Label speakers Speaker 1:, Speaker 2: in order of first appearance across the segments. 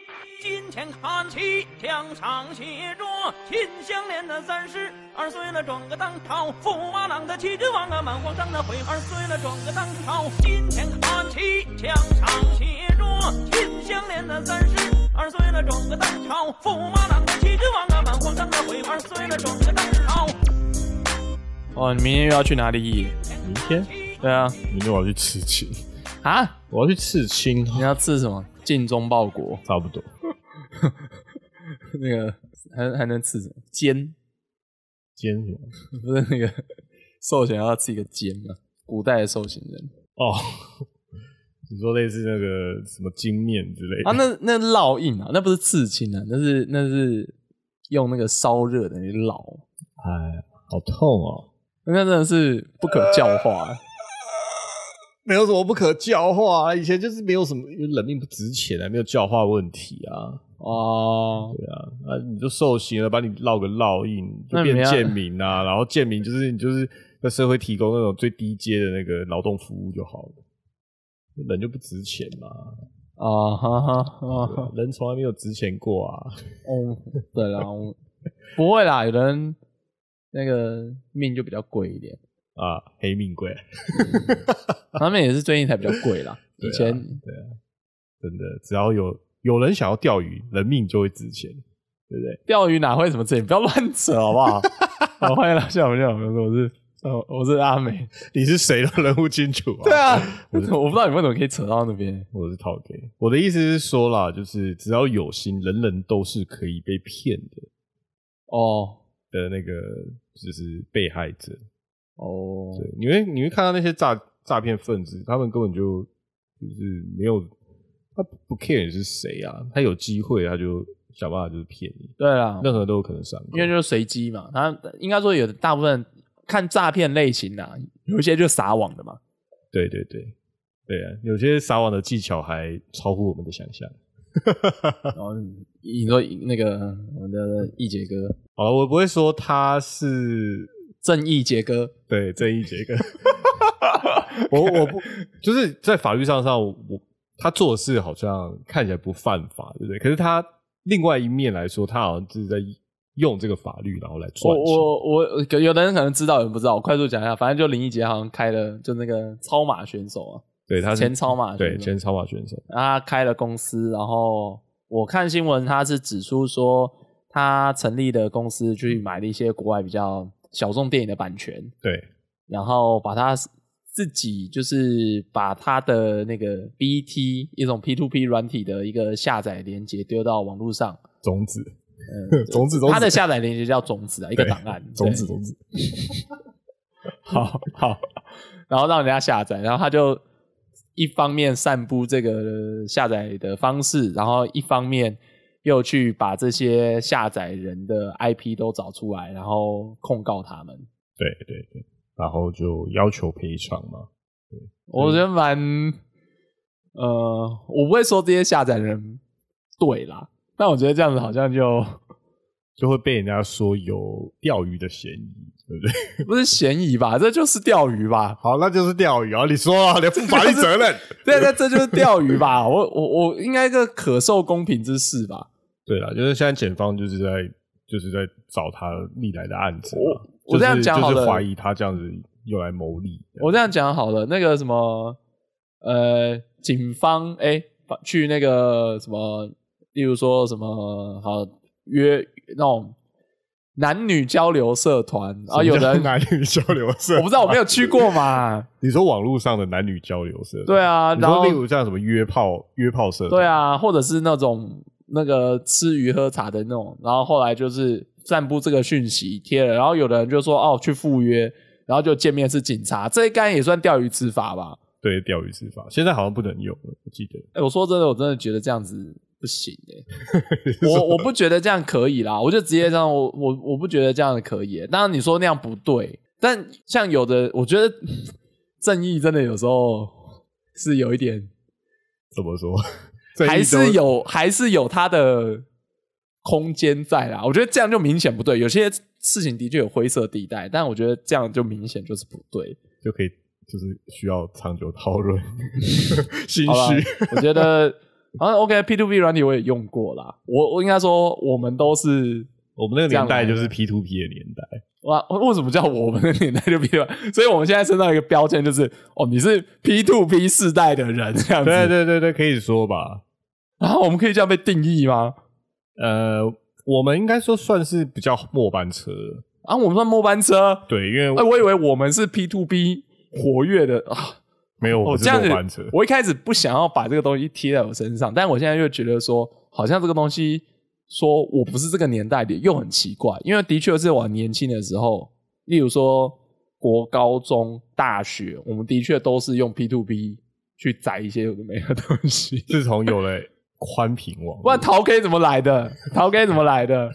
Speaker 1: 门前看齐，墙上写着“秦香莲”的三十二岁了，转个当朝；驸马郎的齐君王啊，满皇上的悔二岁了，转个当朝。金钱看齐，墙上写着“秦香莲”的三十二岁了，转个当朝；驸马郎的齐君王啊，满皇上的悔二岁了，转个当朝。
Speaker 2: 哦，你明天又要去哪里？
Speaker 1: 明
Speaker 3: 天
Speaker 2: 对啊，
Speaker 3: 明天我要去刺青，
Speaker 2: 啊，
Speaker 3: 我要去刺青，
Speaker 2: 你要刺什么？尽忠报国，
Speaker 3: 差不多。
Speaker 2: 那个还还能刺什么？ 奸，
Speaker 3: 今天什么？
Speaker 2: 不是那个 寿险要刺一个奸吗？古代的受刑人
Speaker 3: 哦， 你说类似那个什么金面之类的
Speaker 2: 啊，那那烙印啊，那不是刺青啊，那是那是用那个烧热的那烙，
Speaker 3: 哎，好痛哦！
Speaker 2: 那真的是不可教化、啊
Speaker 3: 没有什么不可教化啊，以前就是没有什么，因为人命不值钱啊，没有教化问题啊。
Speaker 2: 哦。
Speaker 3: 对啊，啊，你就受刑了，把你烙个烙印，就
Speaker 2: 那你
Speaker 3: 变
Speaker 2: 们要
Speaker 3: 贱民啊。 然后贱民就是你就是在社会提供那种最低阶的那个劳动服务就好了，人就不值钱嘛，
Speaker 2: 啊哈哈哈
Speaker 3: 对啊
Speaker 2: 哈！
Speaker 3: 人从来没有值钱过啊。
Speaker 2: 哦，对啦，我不会啦，有的人那个命就比较贵一 点，
Speaker 3: 啊，黑命贵，
Speaker 2: 他们也是最近才比较贵啦。以前
Speaker 3: 真的，只要有有人想要钓鱼，人命就会值钱，对不对？
Speaker 2: 钓鱼哪会什么钱？不要乱扯好不好？好，欢迎来下午下午，我是呃我是阿美。
Speaker 3: 你是谁都人不清楚啊。
Speaker 2: 对，啊， 我
Speaker 3: 我
Speaker 2: 不知道你们怎么可以扯到那边。
Speaker 3: 我是陶给。我的意思是说啦，就是只要有心，人人都是可以被骗的
Speaker 2: 哦
Speaker 3: 的那个，就是被害者。
Speaker 2: 哦，
Speaker 3: 对，你会你会看到那些诈诈骗分子，他们根本就就是没有，他不不 care 你是谁啊，他有机会他就想办法就是骗你，
Speaker 2: 对啦，
Speaker 3: 任何都有可能上钩。
Speaker 2: 因为就是随机嘛，他应该说有的大部分看诈骗类型啊，有一些就撒网 的嘛。
Speaker 3: 对对对，对啊，有些撒网的技巧还超乎我们的想象。
Speaker 2: 然后你说那个我们的易杰哥，
Speaker 3: 好了，我不会说他是
Speaker 2: 正义杰哥，
Speaker 3: 对正义 杰哥，我我不就是在法律上上，我他做的事好像看起来不犯法，对不对？可是他另外一面来说，他好像就是在用这个法律然后来
Speaker 2: 我
Speaker 3: 赚钱。
Speaker 2: 我我有有的人可能知道，有人不知道，我快速讲一下，反正就林一杰好像开了就那个超马选手啊，
Speaker 3: 对，他是
Speaker 2: 前超马
Speaker 3: 对
Speaker 2: 选手
Speaker 3: 前超马选手，
Speaker 2: 他开了公司，然后我看新闻，他是指出说他成立的公司去买了一些国外比较小众电影的版权，
Speaker 3: 对
Speaker 2: 然后把他自己就是把他的那个 BT 一种 P to P 软体的一个下载连接丢到网络上，
Speaker 3: 种子，，
Speaker 2: 嗯
Speaker 3: 种子，种子
Speaker 2: 他的下载连接叫种子啊，一个
Speaker 3: 对
Speaker 2: 档案，
Speaker 3: 种
Speaker 2: 对
Speaker 3: 子，种子，
Speaker 2: 好好，然后让人家下载，然后他就一方面散布这个下载的方式，然后一方面又去把这些下载人的 IP 都找出来，然后控告他们。
Speaker 3: 对对对，然后就要求赔偿嘛。
Speaker 2: 我觉得蛮，呃，我不会说这些下载人对啦，但我觉得这样子好像就
Speaker 3: 就会被人家说有钓鱼的嫌疑，对 不对？
Speaker 2: 不是嫌疑吧，这就是钓鱼吧。
Speaker 3: 好，那就是钓鱼啊！你说啊，你要负法律责任。
Speaker 2: 对对，这就是钓鱼吧。我我我应该个可受公平之事吧。
Speaker 3: 对啦，就是现在检方就是在就是在找他历来的案子嘛，
Speaker 2: 哦我我这样讲好了
Speaker 3: 就是就是怀疑他这样子用来牟利。
Speaker 2: 我这样讲好了，那个什么，呃，警方哎、把去那个什么，例如说什么好约那种男女交流社团啊，有
Speaker 3: 什么
Speaker 2: 人
Speaker 3: 叫男女交流社，
Speaker 2: 我不知道，我没有去过嘛。
Speaker 3: 你说网络上的男女交流社，
Speaker 2: 对啊，
Speaker 3: 你
Speaker 2: 然
Speaker 3: 说
Speaker 2: 后
Speaker 3: 例如像什么约炮约炮社，
Speaker 2: 对，啊，或者是那种那个吃鱼喝茶的那种，然后后来就是散布这个讯息贴了，然后有的人就说哦去赴约，然后就见面是警察，这应该也算钓鱼执法吧？
Speaker 3: 对钓鱼执法，现在好像不能用了，我记得。
Speaker 2: 哎、我说真的，我真的觉得这样子不行哎、 我我不觉得这样可以啦，我就直接这样，我我我不觉得这样可以欸、当然你说那样不对，但像有的，我觉得正义真的有时候是有一点，
Speaker 3: 怎么说？
Speaker 2: 还
Speaker 3: 正义
Speaker 2: 是
Speaker 3: 都
Speaker 2: 有还是有它的空间在啦。我觉得这样就明显不对，有些事情的确有灰色地带，但我觉得这样就明显就是不对。
Speaker 3: 就 可以，就是需要长久讨论，心
Speaker 2: 好了
Speaker 3: 虚。，
Speaker 2: 我觉得然后 OK P to P 软体我也用过啦，我我应该说我们都是
Speaker 3: 我们那个年代
Speaker 2: 这样来的
Speaker 3: 就是 P to P 的年代，
Speaker 2: 哇，为什么叫我们的年代就 P to P？所以我们现在身上有一个标签就是哦，你是 P to P 世代的人这样子。
Speaker 3: 对对对对，可以说吧。
Speaker 2: 然后我们可以这样被定义吗？
Speaker 3: 呃，我们应该说算是比较末班车了，
Speaker 2: 啊，我们算末班车。
Speaker 3: 对，因为
Speaker 2: 哎、我以为我们是 P to B 活跃的啊。
Speaker 3: 没有我
Speaker 2: 哦，
Speaker 3: 们
Speaker 2: 这
Speaker 3: 是
Speaker 2: 样
Speaker 3: 末
Speaker 2: 子
Speaker 3: 班 车，，
Speaker 2: 我一开始不想要把这个东西贴在我身上，但我现在又觉得说，好像这个东西说我不是这个年代的，又很奇怪，因为的确是我年轻的时候，例如说国高中、大学，我们的确都 是用 P to P 去载一些有的没的东西。
Speaker 3: 自从有了宽屏网，
Speaker 2: 不然陶 K 怎么来的？陶 K 怎么来的？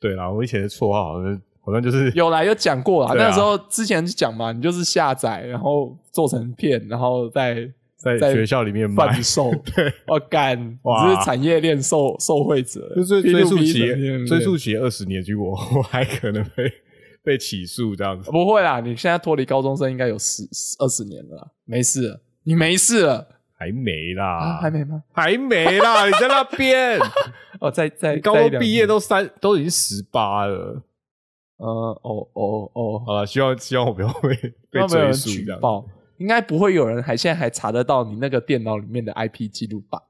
Speaker 3: 对啦，我以前的绰号好像好像就是
Speaker 2: 有啦，有讲过啦。
Speaker 3: 对啊
Speaker 2: 那时候之前讲嘛，你就是下载，然后做成片，然后再
Speaker 3: 在
Speaker 2: 在
Speaker 3: 学校里面卖
Speaker 2: 贩，售。
Speaker 3: 对，
Speaker 2: 我干，
Speaker 3: 哇
Speaker 2: 只是产业链受受惠者，
Speaker 3: 就是追溯
Speaker 2: P2P 产业
Speaker 3: 期
Speaker 2: 链
Speaker 3: 追溯期二十年，结果我我还可能被被起诉这样子。
Speaker 2: 不会啦，你现在脱离高中生应该有十二十年了啦，没事了，你没事了
Speaker 3: 还没
Speaker 2: 啊？
Speaker 3: 啦，
Speaker 2: 还没吗？
Speaker 3: 还没啦，你在那边，
Speaker 2: 哦，在在
Speaker 3: 你高
Speaker 2: 在
Speaker 3: 中
Speaker 2: 两
Speaker 3: 毕业
Speaker 2: 年
Speaker 3: 都三都已经十八了，
Speaker 2: 呃哦哦哦，
Speaker 3: 好了，希望希望我不要 被被
Speaker 2: 那没有
Speaker 3: 追
Speaker 2: 人
Speaker 3: 溯
Speaker 2: 举
Speaker 3: 这样。
Speaker 2: 报，应该不会有人还现在还查得到你那个电脑里面的 IP 记录吧？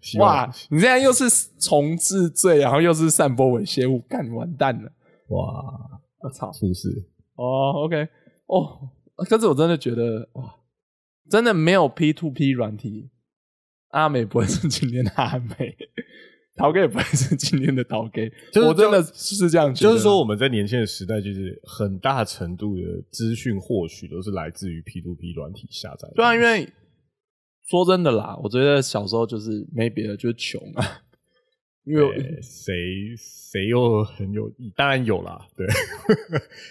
Speaker 3: 希望
Speaker 2: 哇，你现在又是重置罪，然后又是散播猥亵物，干完蛋了！
Speaker 3: 哇，
Speaker 2: 我操！
Speaker 3: 出事！
Speaker 2: 哦，OK，哦，可是我真的觉得哇，真的没有 P to P 软体，阿美不会是今天的阿美，陶哥也不会是今天的陶哥，
Speaker 3: 就是
Speaker 2: 我真的
Speaker 3: 就是
Speaker 2: 这样觉得，
Speaker 3: 就是说，我们在年轻的时代，就是很大程度的资讯获取都是来自于 P to P 软体下载的。
Speaker 2: 对啊，因为说真的啦，我觉得小时候就是没别的，就是穷啊，因为
Speaker 3: 对谁谁又很有，当然有啦，对，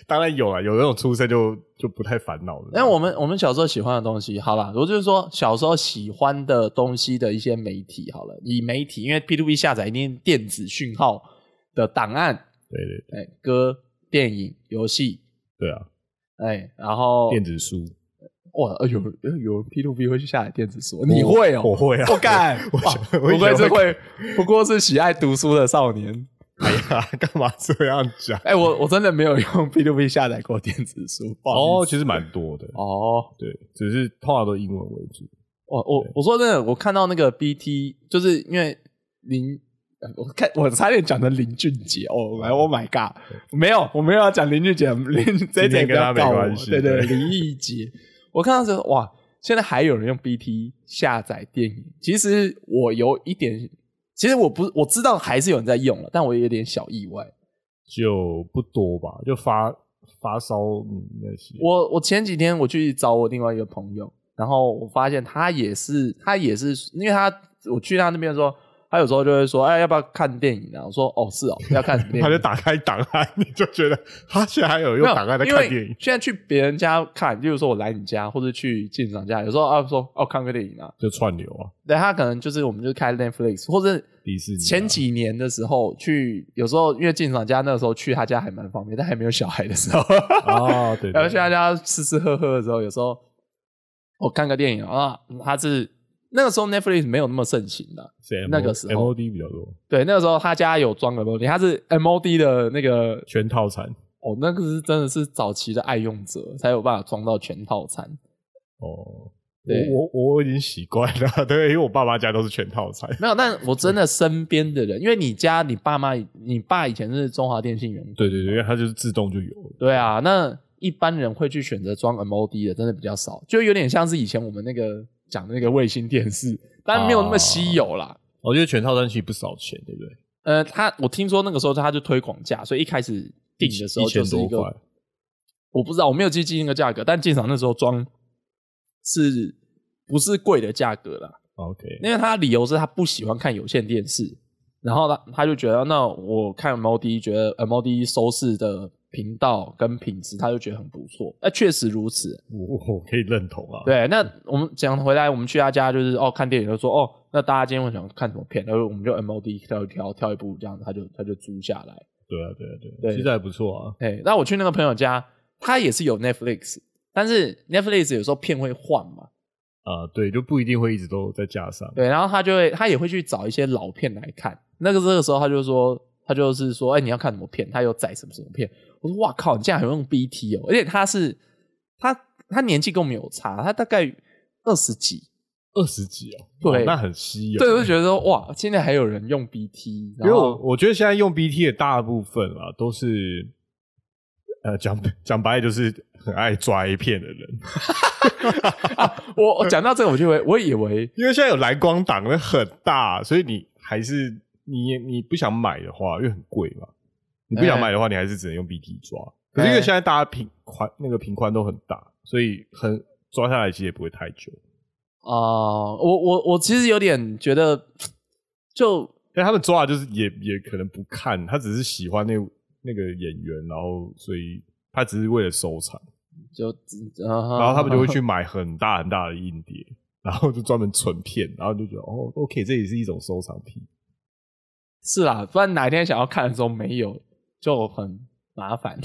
Speaker 3: 当然有啦，有那种出生就就不太烦恼的。
Speaker 2: 但我们我们小时候喜欢的东西，好啦，我就是说小时候喜欢的东西的一些媒体，好了，以媒体，因为 P to P 下载一定电子讯号的档案。
Speaker 3: 对对
Speaker 2: 哎，歌、电影、游戏，
Speaker 3: 对啊，
Speaker 2: 哎，然后
Speaker 3: 电子书，
Speaker 2: 哇，呃有呃有 P to P 会去下载电子书，你会哦？
Speaker 3: 我会啊，
Speaker 2: 我干，
Speaker 3: 我
Speaker 2: 哇
Speaker 3: 我
Speaker 2: 不
Speaker 3: 以前
Speaker 2: 愧是
Speaker 3: 会
Speaker 2: 会，不过是喜爱读书的少年。
Speaker 3: 哎呀，干嘛这样讲？
Speaker 2: 哎，我我真的没有用 P to P 下载过电子书，不好
Speaker 3: 哦，
Speaker 2: 意思
Speaker 3: 其实蛮多的，
Speaker 2: 哦，
Speaker 3: 对，只是通常都英文为主。
Speaker 2: 我我我说真的，我看到那个 BT，就是因为林。呃我看我差点讲成林俊杰哦来，Oh my god！没有，我没有要讲林俊杰，林这一点不
Speaker 3: 跟他
Speaker 2: 要
Speaker 3: 没
Speaker 2: 告我。
Speaker 3: 关系
Speaker 2: 对
Speaker 3: 对
Speaker 2: 对，林奕杰，我看到时候哇，现在还有人用 BT 下载电影。其实我有一点，其实我不我知道还是有人在用了，但我有点小意外。
Speaker 3: 就不多吧，就发发烧你那些。
Speaker 2: 我我前几天我去找我另外一个朋友，然后我发现他也是他也是，因为他我去他那边的时候，他有时候就会说，哎，要不要看电影啊？我说，哦，是哦，要看什么电影？
Speaker 3: 他就打开档案， 你就觉得他现在还有
Speaker 2: 没
Speaker 3: 用
Speaker 2: 有
Speaker 3: 档案在
Speaker 2: 因为
Speaker 3: 看电影，
Speaker 2: 现在去别人家看，例如说我来你家，或者去进长家，有时候啊说哦看个电影啊，
Speaker 3: 就串流啊，
Speaker 2: 对他可能就是我们就开 Netflix，或者
Speaker 3: 迪士尼啊
Speaker 2: 前几年的时候去，有时候因为进长家那个时候去他家还蛮方便，但还没有小孩的时候，
Speaker 3: 哦， 对，对
Speaker 2: 然后去他家吃吃喝喝的时候，有时候我看个电影啊，他是那个时候 Netflix 没有那么盛行的，
Speaker 3: 是 MO
Speaker 2: 那个时候
Speaker 3: MOD 比较多，
Speaker 2: 对，那个时候他家有装 MOD，他是 MOD 的那个
Speaker 3: 全套餐
Speaker 2: 哦，那个是真的是早期的爱用者才有办法装到全套餐。
Speaker 3: 哦。我
Speaker 2: 对
Speaker 3: 我我已经习惯了， 对，因为我爸妈家都是全套餐，
Speaker 2: 没有，但我真的身边的人，因为你家你爸妈，你爸以前是中华电信员工，
Speaker 3: 对对对，因为它就是自动就有了，
Speaker 2: 对啊，那一般人会去选择装 MOD 的，真的比较少，就有点像是以前我们那个讲的那个卫星电视，当然没有那么稀有啦。
Speaker 3: 我觉哦得全套餐其实不少钱，对不对？
Speaker 2: 呃，他我听说那个时候他就推广价，所以一开始定的时候
Speaker 3: 一千
Speaker 2: 就是一
Speaker 3: 多
Speaker 2: 个
Speaker 3: 块，
Speaker 2: 我不知道，我没有去记那个价格，但进场那时候装是不是贵的价格啦？
Speaker 3: ，OK，
Speaker 2: 因为他的理由是他不喜欢看有线电视，然后他他就觉得，那我看 MOD 觉得 MOD 收视的频道跟品质，他就觉得很不错。那确实如
Speaker 3: 啊
Speaker 2: 此，
Speaker 3: 我我可以认同啊，
Speaker 2: 对，那我们讲回来，我们去他家就是哦，看电影就说哦，那大家今天会想看什么片？然后我们就 M O D 挑一挑，挑一部这样子，他就他就租下来。
Speaker 3: 对啊，对啊，对啊，
Speaker 2: 对
Speaker 3: 其实还不错啊，
Speaker 2: 哎，那我去那个朋友家，他也是有 Netflix，但是 Netflix 有时候片会换嘛，
Speaker 3: 啊，对，就不一定会一直都在架上。
Speaker 2: 对，然后他就会他也会去找一些老片来看。那个这个时候他就说，他就是说，哎、你要看什么片？他有载什么什么片？我说，哇靠，你竟然还用 BT 哦！而且他是他他年纪跟我们有差，他大概二十几。
Speaker 3: 二十几哦，
Speaker 2: 对
Speaker 3: 哦那很稀有。
Speaker 2: 对，我就觉得说，哇，现在还有人用 BT，
Speaker 3: 因为
Speaker 2: 然
Speaker 3: 我
Speaker 2: 后
Speaker 3: 我觉得现在用 BT 的大部分啊，都是呃讲讲白了就是很爱抓 A 片的人，
Speaker 2: 啊，我我讲到这个，我就以为我以为
Speaker 3: 因为现在有蓝光档那很大，所以你还是你也你不想买的话，因为很贵嘛，你不想买的话，你还是只能用 BT 抓。可是因为
Speaker 2: 哎
Speaker 3: 现在大家频宽那个频宽都很大，所以很抓下来其实也不会太久。
Speaker 2: 啊、我我我其实有点觉得，就
Speaker 3: 但他们抓的就是也也可能不看，他只是喜欢那那个演员，然后所以他只是为了收藏。
Speaker 2: 就、呃
Speaker 3: 然后他们就会去买很大很大的硬碟，然后就专门存片，然后就觉得哦，OK，这也是一种收藏品。
Speaker 2: 是啦，不然哪一天想要看的时候没有，就很麻 烦。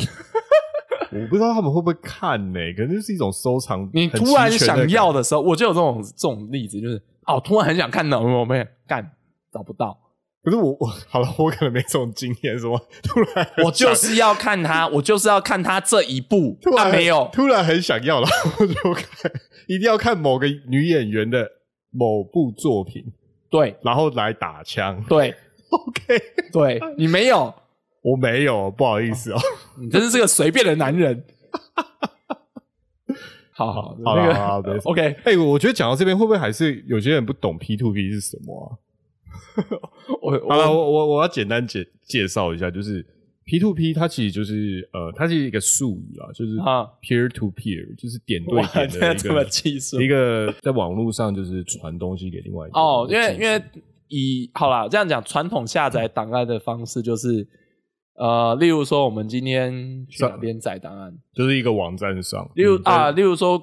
Speaker 3: 我不知道他们会不会看呢、可能就是一种收藏。
Speaker 2: 你
Speaker 3: 很
Speaker 2: 突然
Speaker 3: 齐全的
Speaker 2: 想
Speaker 3: 感
Speaker 2: 要的时候，我就有这种这种例子，就是哦，突然很想看脑我们干找 不到，
Speaker 3: 可是我我好了，我可能没这种经验，什么突然很
Speaker 2: 我就
Speaker 3: 想
Speaker 2: 是要看他， 我就是要看他这一部，
Speaker 3: 突然
Speaker 2: 啊、
Speaker 3: 很
Speaker 2: 没有，
Speaker 3: 突然很想要，然后就看，一定要看某个女演员的某部作品，
Speaker 2: 对
Speaker 3: 然后来打枪。
Speaker 2: 对
Speaker 3: OK，
Speaker 2: 对，你没有，
Speaker 3: 我没有，不好意思哦。
Speaker 2: 你真是个随便的 男人。好好，
Speaker 3: 好啦
Speaker 2: 那
Speaker 3: 好啦没
Speaker 2: 个
Speaker 3: 事
Speaker 2: OK，
Speaker 3: 哎、我我觉得讲到这边，会不会还是有些人不懂 P to P 是什么啊？
Speaker 2: 我
Speaker 3: 好了，
Speaker 2: 我
Speaker 3: 我我我要简单介介绍一下，就是 P to P，它其实就是呃，它是一个术语啊，就是
Speaker 2: 啊
Speaker 3: peer to peer，就是点对
Speaker 2: 哇，
Speaker 3: 点
Speaker 2: 真
Speaker 3: 的
Speaker 2: 的
Speaker 3: 一
Speaker 2: 这么
Speaker 3: 个
Speaker 2: 技术
Speaker 3: 一个在网络上就是传东西给另外一个
Speaker 2: 哦，
Speaker 3: 人
Speaker 2: 因
Speaker 3: 的
Speaker 2: 为
Speaker 3: 技术
Speaker 2: 因为以好啦，这样讲，传统下载档案的方式就是，呃，例如说我们今天去
Speaker 3: 上
Speaker 2: 哪边载档案，
Speaker 3: 就是一个网站上，
Speaker 2: 例如、
Speaker 3: 嗯
Speaker 2: 啊，，例如说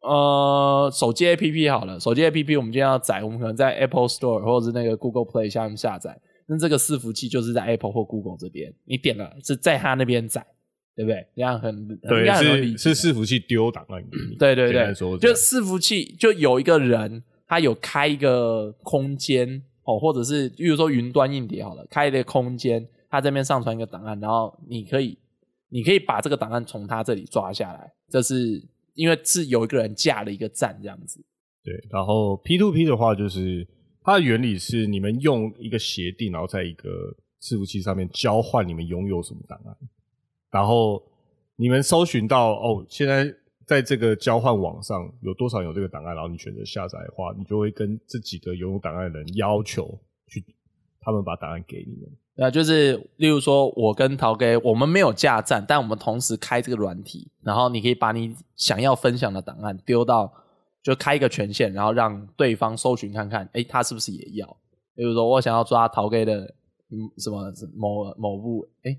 Speaker 2: 呃，手机 APP 好了，手机 APP 我们今天要载，我们可能在 Apple Store 或者是那个 Google Play 下面下载，那这个伺服器就是在 Apple 或 Google 这边，你点了是在它那边载，对不对？这样很应
Speaker 3: 对
Speaker 2: 该很合理啊
Speaker 3: 是是伺服器丢档案给你，
Speaker 2: 对对
Speaker 3: 简
Speaker 2: 对
Speaker 3: 单说，
Speaker 2: 就
Speaker 3: 这样
Speaker 2: 伺服器就有一个人，他有开一个空间哦，或者是比如说云端硬碟好了，开一个空间，他这边上传一个档案，然后你可以你可以把这个档案从他这里抓下来，这是因为是有一个人架了一个站这样子，
Speaker 3: 对，然后 P to P 的话就是它的原理是你们用一个协定，然后在一个伺服器上面交换你们拥有什么档案，然后你们搜寻到哦，现在在这个交换网上有多少有这个档案，然后你选择下载的话，你就会跟这几个拥有档案的人要求去他们把档案给你们。
Speaker 2: 那呃就是例如说我跟陶哥，我们没有架站，但我们同时开这个软体，然后你可以把你想要分享的档案丢到，就开一个权限，然后让对方搜寻看看，诶，他是不是也要？例如说我想要抓陶哥的，嗯，什么什么某某部，诶，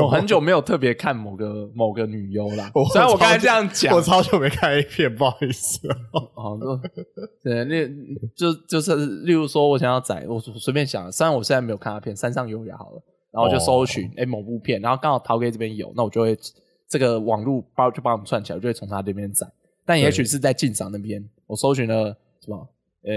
Speaker 2: 我很久没有特别看某个某个女优啦，虽然我刚才这样 讲，
Speaker 3: 我超久没看 A 片，不好意思、
Speaker 2: 哦，就 对，例就就是，例如说，我想要载，我随便想，虽然我现在没有看他片《山上优雅》好了，然后我就搜寻哎、诶某部片，然后刚好陶哥这边有，那我就会这个网络包就帮我们串起来，我就会从他这边载。但也许是在晋赏那边，我搜寻了什么呃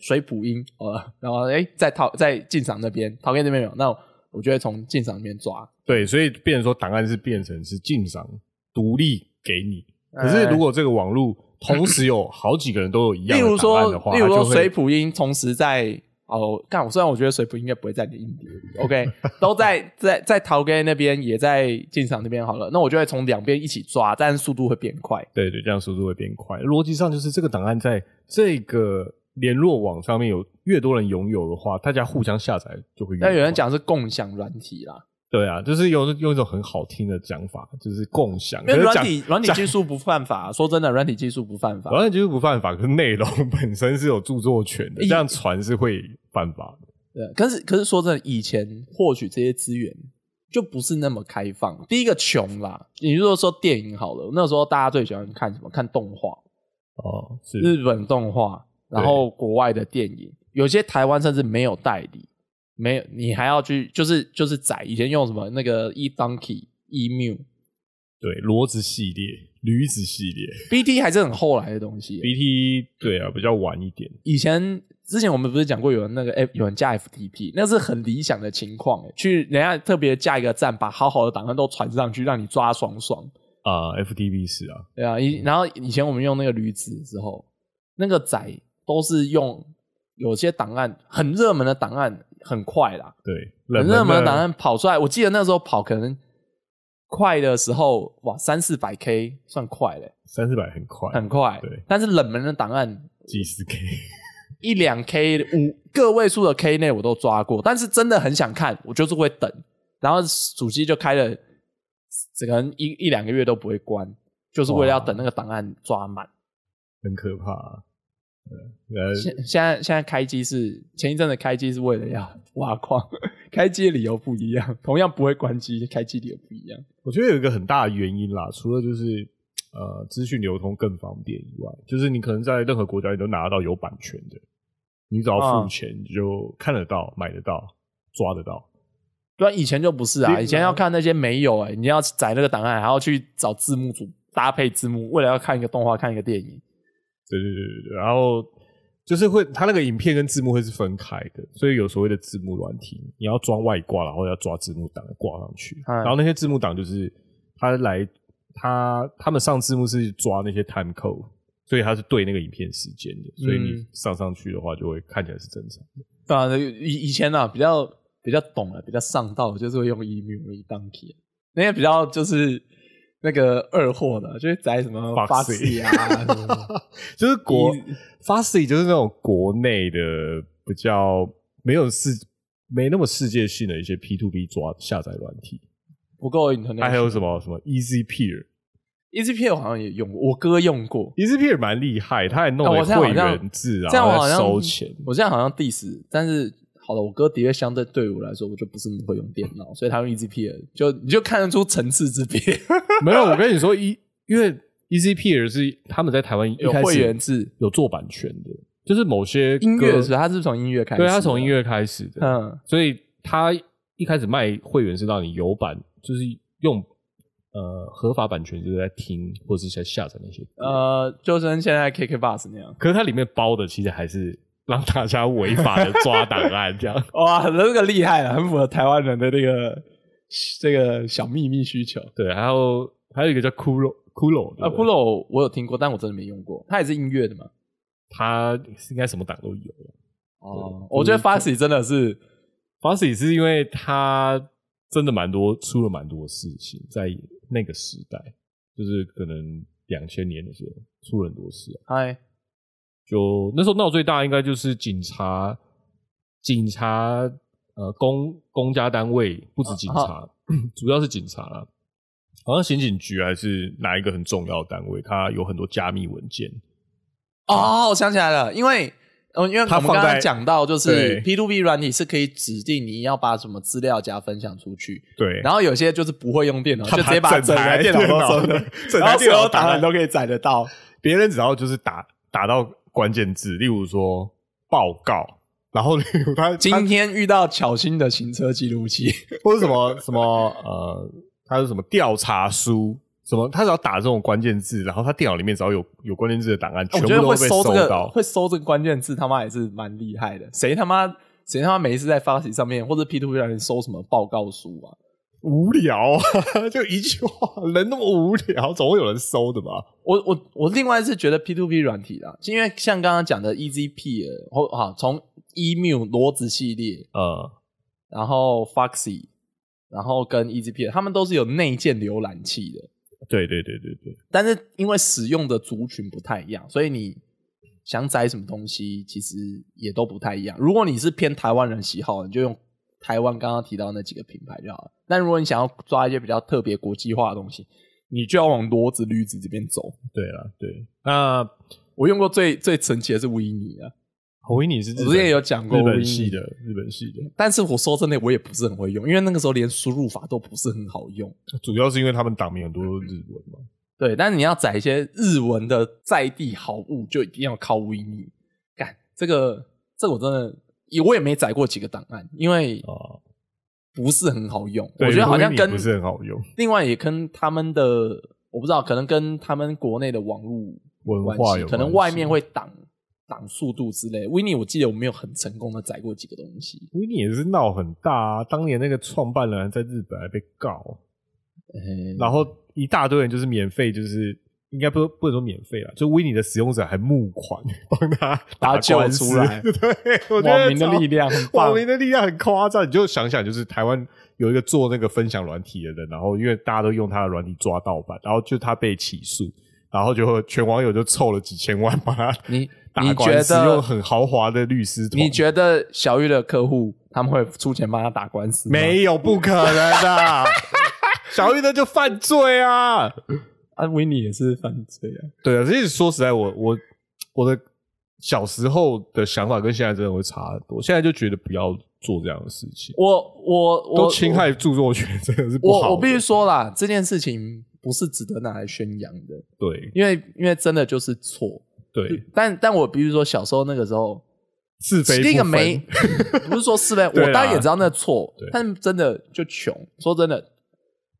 Speaker 2: 水普音呃，然后哎、诶在陶在晋赏那边，陶哥这边有，那我我就会从晋赏那边抓。
Speaker 3: 对，所以变成说档案是变成是进赏独立给你。可是
Speaker 2: 哎
Speaker 3: 如果这个网络同时有好几个人都有一样
Speaker 2: 例如
Speaker 3: 的档案
Speaker 2: 说
Speaker 3: 的话，，
Speaker 2: 例如
Speaker 3: 它
Speaker 2: 说
Speaker 3: 就会
Speaker 2: 水普音同时在哦，干我虽然我觉得水普应该不会在你的 硬碟里，OK，都在在在陶哥那边，也在进场那边好了，那我就会从两边一起抓，但是速度会变快。
Speaker 3: 对对，这样速度会变快。逻辑上就是这个档案在这个联络网上面有越多人拥有的话，大家互相下载就会越。
Speaker 2: 但有人，讲是共享软体啦，
Speaker 3: 对啊，就是有用一种很好听的讲法，就是共享。
Speaker 2: 因为
Speaker 3: 可是
Speaker 2: 软
Speaker 3: 讲啊
Speaker 2: 体软体
Speaker 3: 讲
Speaker 2: 技术不 犯法，说真的，软体技术不犯法。
Speaker 3: 软体就是不犯法，可是内容 本身是有著作权的，这样传是会犯法的。
Speaker 2: 对，可是可是说真的，以前获取这些资源就不是那么开放。第一个穷啦，你如果说电影好了，那时候大家最喜欢看什么？看动画。
Speaker 3: 哦，是
Speaker 2: 日本动画，然后国外的电影，有些台湾甚至没有代理，没有你还要去就是就是载以前用什么那个 e donkey e mu，
Speaker 3: 对骡子系列，驴子系列
Speaker 2: BT 还是很后来的东西耶、
Speaker 3: ，BT 对啊，比较晚一点。
Speaker 2: 以前之前我们不是讲过有人那个 F 有人架 FTP，那是很理想的情况、欸，去人家特别架一个站，把好好的档案都传上去，让你抓爽爽。
Speaker 3: 啊、f t v 是啊，
Speaker 2: 对啊，以然后以前我们用那个驴子之后，那个载都是用有些档案很热门的档案很快啦，
Speaker 3: 对，
Speaker 2: 很热门的档
Speaker 3: 的
Speaker 2: 案跑出来，我记得那时候跑可能快的时候，哇，三四百 K 算快嘞、
Speaker 3: 三四百很快，
Speaker 2: 很快。
Speaker 3: 对，
Speaker 2: 但是冷门的档案
Speaker 3: 几十 K，
Speaker 2: 一两 K 五个位数的 K 内我都抓过，但是真的很想看，我就是会等，然后主机就开了，可能一一两个月都不会关，就是为了要
Speaker 3: 哇
Speaker 2: 等那个档案抓满。
Speaker 3: 很可怕、啊。呃，
Speaker 2: 现现在现在开机是前一阵子开机是为了要挖矿， 开机的理由不一样，同样不会关机，开机理由不一样。
Speaker 3: 我觉得有一个很大的原因啦，除了就是呃资讯流通更方便以外，就是你可能在任何国家你都拿得到有版权的，你只要
Speaker 2: 啊
Speaker 3: 付钱你就看得到、买得到、抓得到。
Speaker 2: 对啊，以前就不是啊，
Speaker 3: 对
Speaker 2: 以前要看那些没有哎、你要载那个档案，还要去找字幕组搭配字幕，为了要看一个动画、看一个电影。
Speaker 3: 对对对对对，然后就是会它那个影片跟字幕会是分开的，所以有所谓的字幕软体，你要装外挂，然后要抓字幕档挂上去，
Speaker 2: 嗯
Speaker 3: 然后那些字幕档就是它来它他们上字幕是抓那些 time code，所以它是对那个影片时间的，所以你
Speaker 2: 嗯
Speaker 3: 上上去的话就会看起来是正常。
Speaker 2: 对啊，以以前啊比较比较懂了，比较上道，就是会用 e m 为当体，那些比较就是那个二货的，就是载什么
Speaker 3: Foxy
Speaker 2: Foxy 啊什么的。
Speaker 3: 就是国
Speaker 2: 一
Speaker 3: Fastly 就是那种国内的比较没有世没那么世界性的一些 P to P 抓下载软体，
Speaker 2: 不够 internet，
Speaker 3: 还有什么什么 Easy Peer。
Speaker 2: e z p 我好像也用过，我哥用过。
Speaker 3: e z p 也蛮厉害，他还弄
Speaker 2: 啊
Speaker 3: 了
Speaker 2: 我现在好
Speaker 3: 会
Speaker 2: 像
Speaker 3: 员制，
Speaker 2: 这样我
Speaker 3: 然后
Speaker 2: 好
Speaker 3: 再
Speaker 2: 像
Speaker 3: 收钱。
Speaker 2: 我现在好像 diss，但是好了，我哥的确相对对我来说，我就不是那么会用电脑，所以他用 E EZP 就你就看得出层次之别。
Speaker 3: 没有，我跟你说，一因为 e z p 也是他们在台 湾一
Speaker 2: 有
Speaker 3: 开始
Speaker 2: 会员制，
Speaker 3: 有做版权的，就是某些
Speaker 2: 音乐是
Speaker 3: 吧？
Speaker 2: 他是不是从音乐开始，
Speaker 3: 对他从音，乐开始的，
Speaker 2: 嗯，
Speaker 3: 所以他一开始卖会员是让你有版，就是用呃合法版权，就是在听或者是在下载那些歌。
Speaker 2: 呃，就跟现在 KK Bus 那样。
Speaker 3: 可是它里面包的其实还是让大家违法的抓档案这样。
Speaker 2: 哇，那个厉害了，啊很符合台湾人的那个这个小秘密需求。
Speaker 3: 对，然后还有一个叫骷髅骷髅的
Speaker 2: 啊，Polo 我有听过，但我真的没用过。它也是音乐的嘛？
Speaker 3: 它应该什么档都有。
Speaker 2: 哦，我觉得 Foxy 真的是
Speaker 3: Foxy 是因为他真的蛮多出了蛮多事情，在那个时代，就是可能两千年的时候出了很多事、啊。
Speaker 2: 嗨，
Speaker 3: 就那时候闹最大应该就是警察，警察呃公公家单位不止警察，啊主要是警察啦。好像刑警局还是哪一个很重要的单位，它有很多加密文件。
Speaker 2: 哦，我想起来了，因为嗯，因为
Speaker 3: 它
Speaker 2: 我们
Speaker 3: 放
Speaker 2: 刚
Speaker 3: 在
Speaker 2: 刚讲到，就
Speaker 3: 对
Speaker 2: 是 P to P 软体是可以指定你要把什么资料夹分享出去，
Speaker 3: 对，
Speaker 2: 然后有些就是不会用电脑，
Speaker 3: 他
Speaker 2: 就直接把整台电脑都收了，
Speaker 3: 整
Speaker 2: 然
Speaker 3: 台
Speaker 2: 后所
Speaker 3: 电脑
Speaker 2: 有
Speaker 3: 档
Speaker 2: 档
Speaker 3: 案
Speaker 2: 案都可以载得到。
Speaker 3: 别人只要就是打打到关键字，例如说报告，然后例如 他
Speaker 2: 今天遇到巧心的行车记录器，
Speaker 3: 他或者什么什么呃，他是什么调查书。什么？他只要打这种关键字，然后他电脑里面只要有有关键字的档案，
Speaker 2: 哦我
Speaker 3: 全部
Speaker 2: 觉得
Speaker 3: 都
Speaker 2: 会
Speaker 3: 被
Speaker 2: 搜这
Speaker 3: 到
Speaker 2: 个。会搜这个关键字，他妈也是蛮厉害的。谁他妈谁他妈每一次在发起上面或者 P to P 软体搜什么报告书啊？
Speaker 3: 无聊啊， 就一句话，人那么无聊，总会有人搜的吧？
Speaker 2: 我我我另外是觉得 P to P 软体啦，因为像刚刚讲的 E Z P 或好从 E Emu 骡子系列，
Speaker 3: 呃，
Speaker 2: 然后 Foxy，然后跟 E Z P，他们都是有内建浏览器的，
Speaker 3: 对对对对对，
Speaker 2: 但是因为使用的族群不太一样，所以你想载什么东西其实也都不太一样。如果你是偏台湾人喜好，你就用台湾刚刚提到那几个品牌就好了。但如果你想要抓一些比较特别国际化的东西，你就要往骡子、驴子这边走。
Speaker 3: 对了，对。那
Speaker 2: 我用过最最神奇的是维尼啊，
Speaker 3: 侯维尼是日
Speaker 2: 我之前
Speaker 3: 本
Speaker 2: 有讲过
Speaker 3: 日
Speaker 2: 维
Speaker 3: 本
Speaker 2: 尼
Speaker 3: 系的，日本系的，
Speaker 2: 但是我说真的，我也不是很会用，因为那个时候连输入法都不是很好用。
Speaker 3: 主要是因为他们党名很多都是日文嘛。
Speaker 2: 对，但是你要载一些日文的在地好物，就一定要靠维尼。干这个，这个我真的也我也没载过几个档案，因为
Speaker 3: 哦
Speaker 2: 不是很好用。
Speaker 3: 对
Speaker 2: 我觉得好像
Speaker 3: 维尼
Speaker 2: 跟
Speaker 3: 不是很好用，
Speaker 2: 另外也跟他们的我不知道，可能跟他们国内的网络
Speaker 3: 文
Speaker 2: 关
Speaker 3: 化
Speaker 2: 系，
Speaker 3: 有
Speaker 2: 可能
Speaker 3: 关
Speaker 2: 外
Speaker 3: 系
Speaker 2: 面会挡挡速度之类的。维尼，我记得我没有很成功的载过几个东西，
Speaker 3: 维尼也是闹很大啊，当年那个创办人在日本还被告，哎
Speaker 2: 嗯
Speaker 3: 然后一大堆人就是免费，就是应该不不能说免费啦，就维尼的使用者还募款 帮他
Speaker 2: 把
Speaker 3: 打
Speaker 2: 他救
Speaker 3: 官司
Speaker 2: 出来
Speaker 3: 对，我觉得
Speaker 2: 网民的力
Speaker 3: 量，
Speaker 2: 量很棒
Speaker 3: 网。民的力量很夸张。你就想想，就是台湾有一个做那个分享软体的人，然后因为大家都用他的软体抓盗版，然后就他被起诉。然后就全网友就凑了几千万帮他
Speaker 2: 你
Speaker 3: 打
Speaker 2: 你
Speaker 3: 官
Speaker 2: 觉
Speaker 3: 司，用
Speaker 2: 得
Speaker 3: 很豪华的律师团。
Speaker 2: 你觉得小玉的客户他们会出钱帮他打官司吗？
Speaker 3: 没有，不可能的。啊 小玉那就犯罪啊！
Speaker 2: 啊，维尼也是犯罪啊。
Speaker 3: 对啊，其实说实在，我我我的小时候的想法跟现在真的会差很多。现在就觉得不要做这样的事情，
Speaker 2: 我我我
Speaker 3: 都侵害著作权，真的是不好的。
Speaker 2: 我我必须说啦，这件事情不是值得拿来宣扬的，
Speaker 3: 对
Speaker 2: 因为因为真的就是错。
Speaker 3: 对
Speaker 2: 但但我必须说，小时候那个时候，
Speaker 3: 是非
Speaker 2: 那个
Speaker 3: 不分
Speaker 2: 没 不是说是非，
Speaker 3: 对啦
Speaker 2: 我当然也知道那错
Speaker 3: 对，
Speaker 2: 但真的就穷。说真的，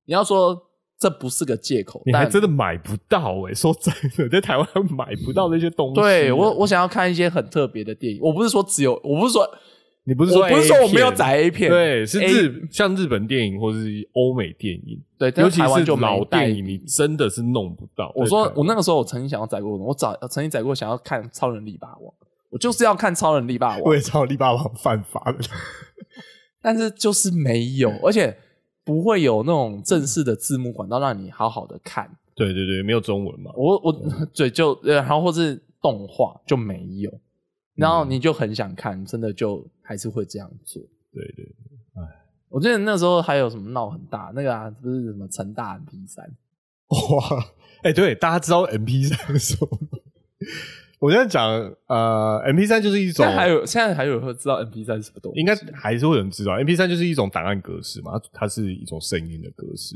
Speaker 2: 你要说这不是个借口，
Speaker 3: 你还
Speaker 2: 但
Speaker 3: 真的买不到哎、说真的，在台湾买不啊到那些东西。欸
Speaker 2: 对我，我想要看一些很特别的电影。我不是说只有，我不是说，
Speaker 3: 你不是说
Speaker 2: 我不是说
Speaker 3: A
Speaker 2: 我没有
Speaker 3: 片
Speaker 2: 载 A 片，
Speaker 3: 对，是
Speaker 2: A-
Speaker 3: 日像日本电影或是欧美电影，
Speaker 2: 对，但
Speaker 3: 尤其
Speaker 2: 台湾
Speaker 3: 是
Speaker 2: 就没
Speaker 3: 老
Speaker 2: 带
Speaker 3: 电影，你真的是弄不到。在
Speaker 2: 我
Speaker 3: 台
Speaker 2: 说
Speaker 3: 湾
Speaker 2: 我那个时候我曾经想要载过，我找曾经载过想要看《超人力霸王》，我就是要看《超人力霸王
Speaker 3: 我》，也知道力霸王犯法的，
Speaker 2: 但是就是没有，而且不会有那种正式的字幕管道让你好好的看。
Speaker 3: 对对对，没有中文嘛，
Speaker 2: 我我对就呃然后或是动画就没有，然
Speaker 3: 嗯
Speaker 2: 后你就很想看，真的就还是会这样做。
Speaker 3: 对对，
Speaker 2: 我记得那时候还有什么闹很大，那个啊不是什么成大 MP 三，
Speaker 3: 哇，哎、对，大家知道 M P 三是什么吗？我现在讲，呃，M P 三就是一种
Speaker 2: 现，在还有现在还有人会知道 MP 三是什么东西？
Speaker 3: 应该还是会有人知道，M P 三就是一种档案格式嘛，它它是一种声音的格式，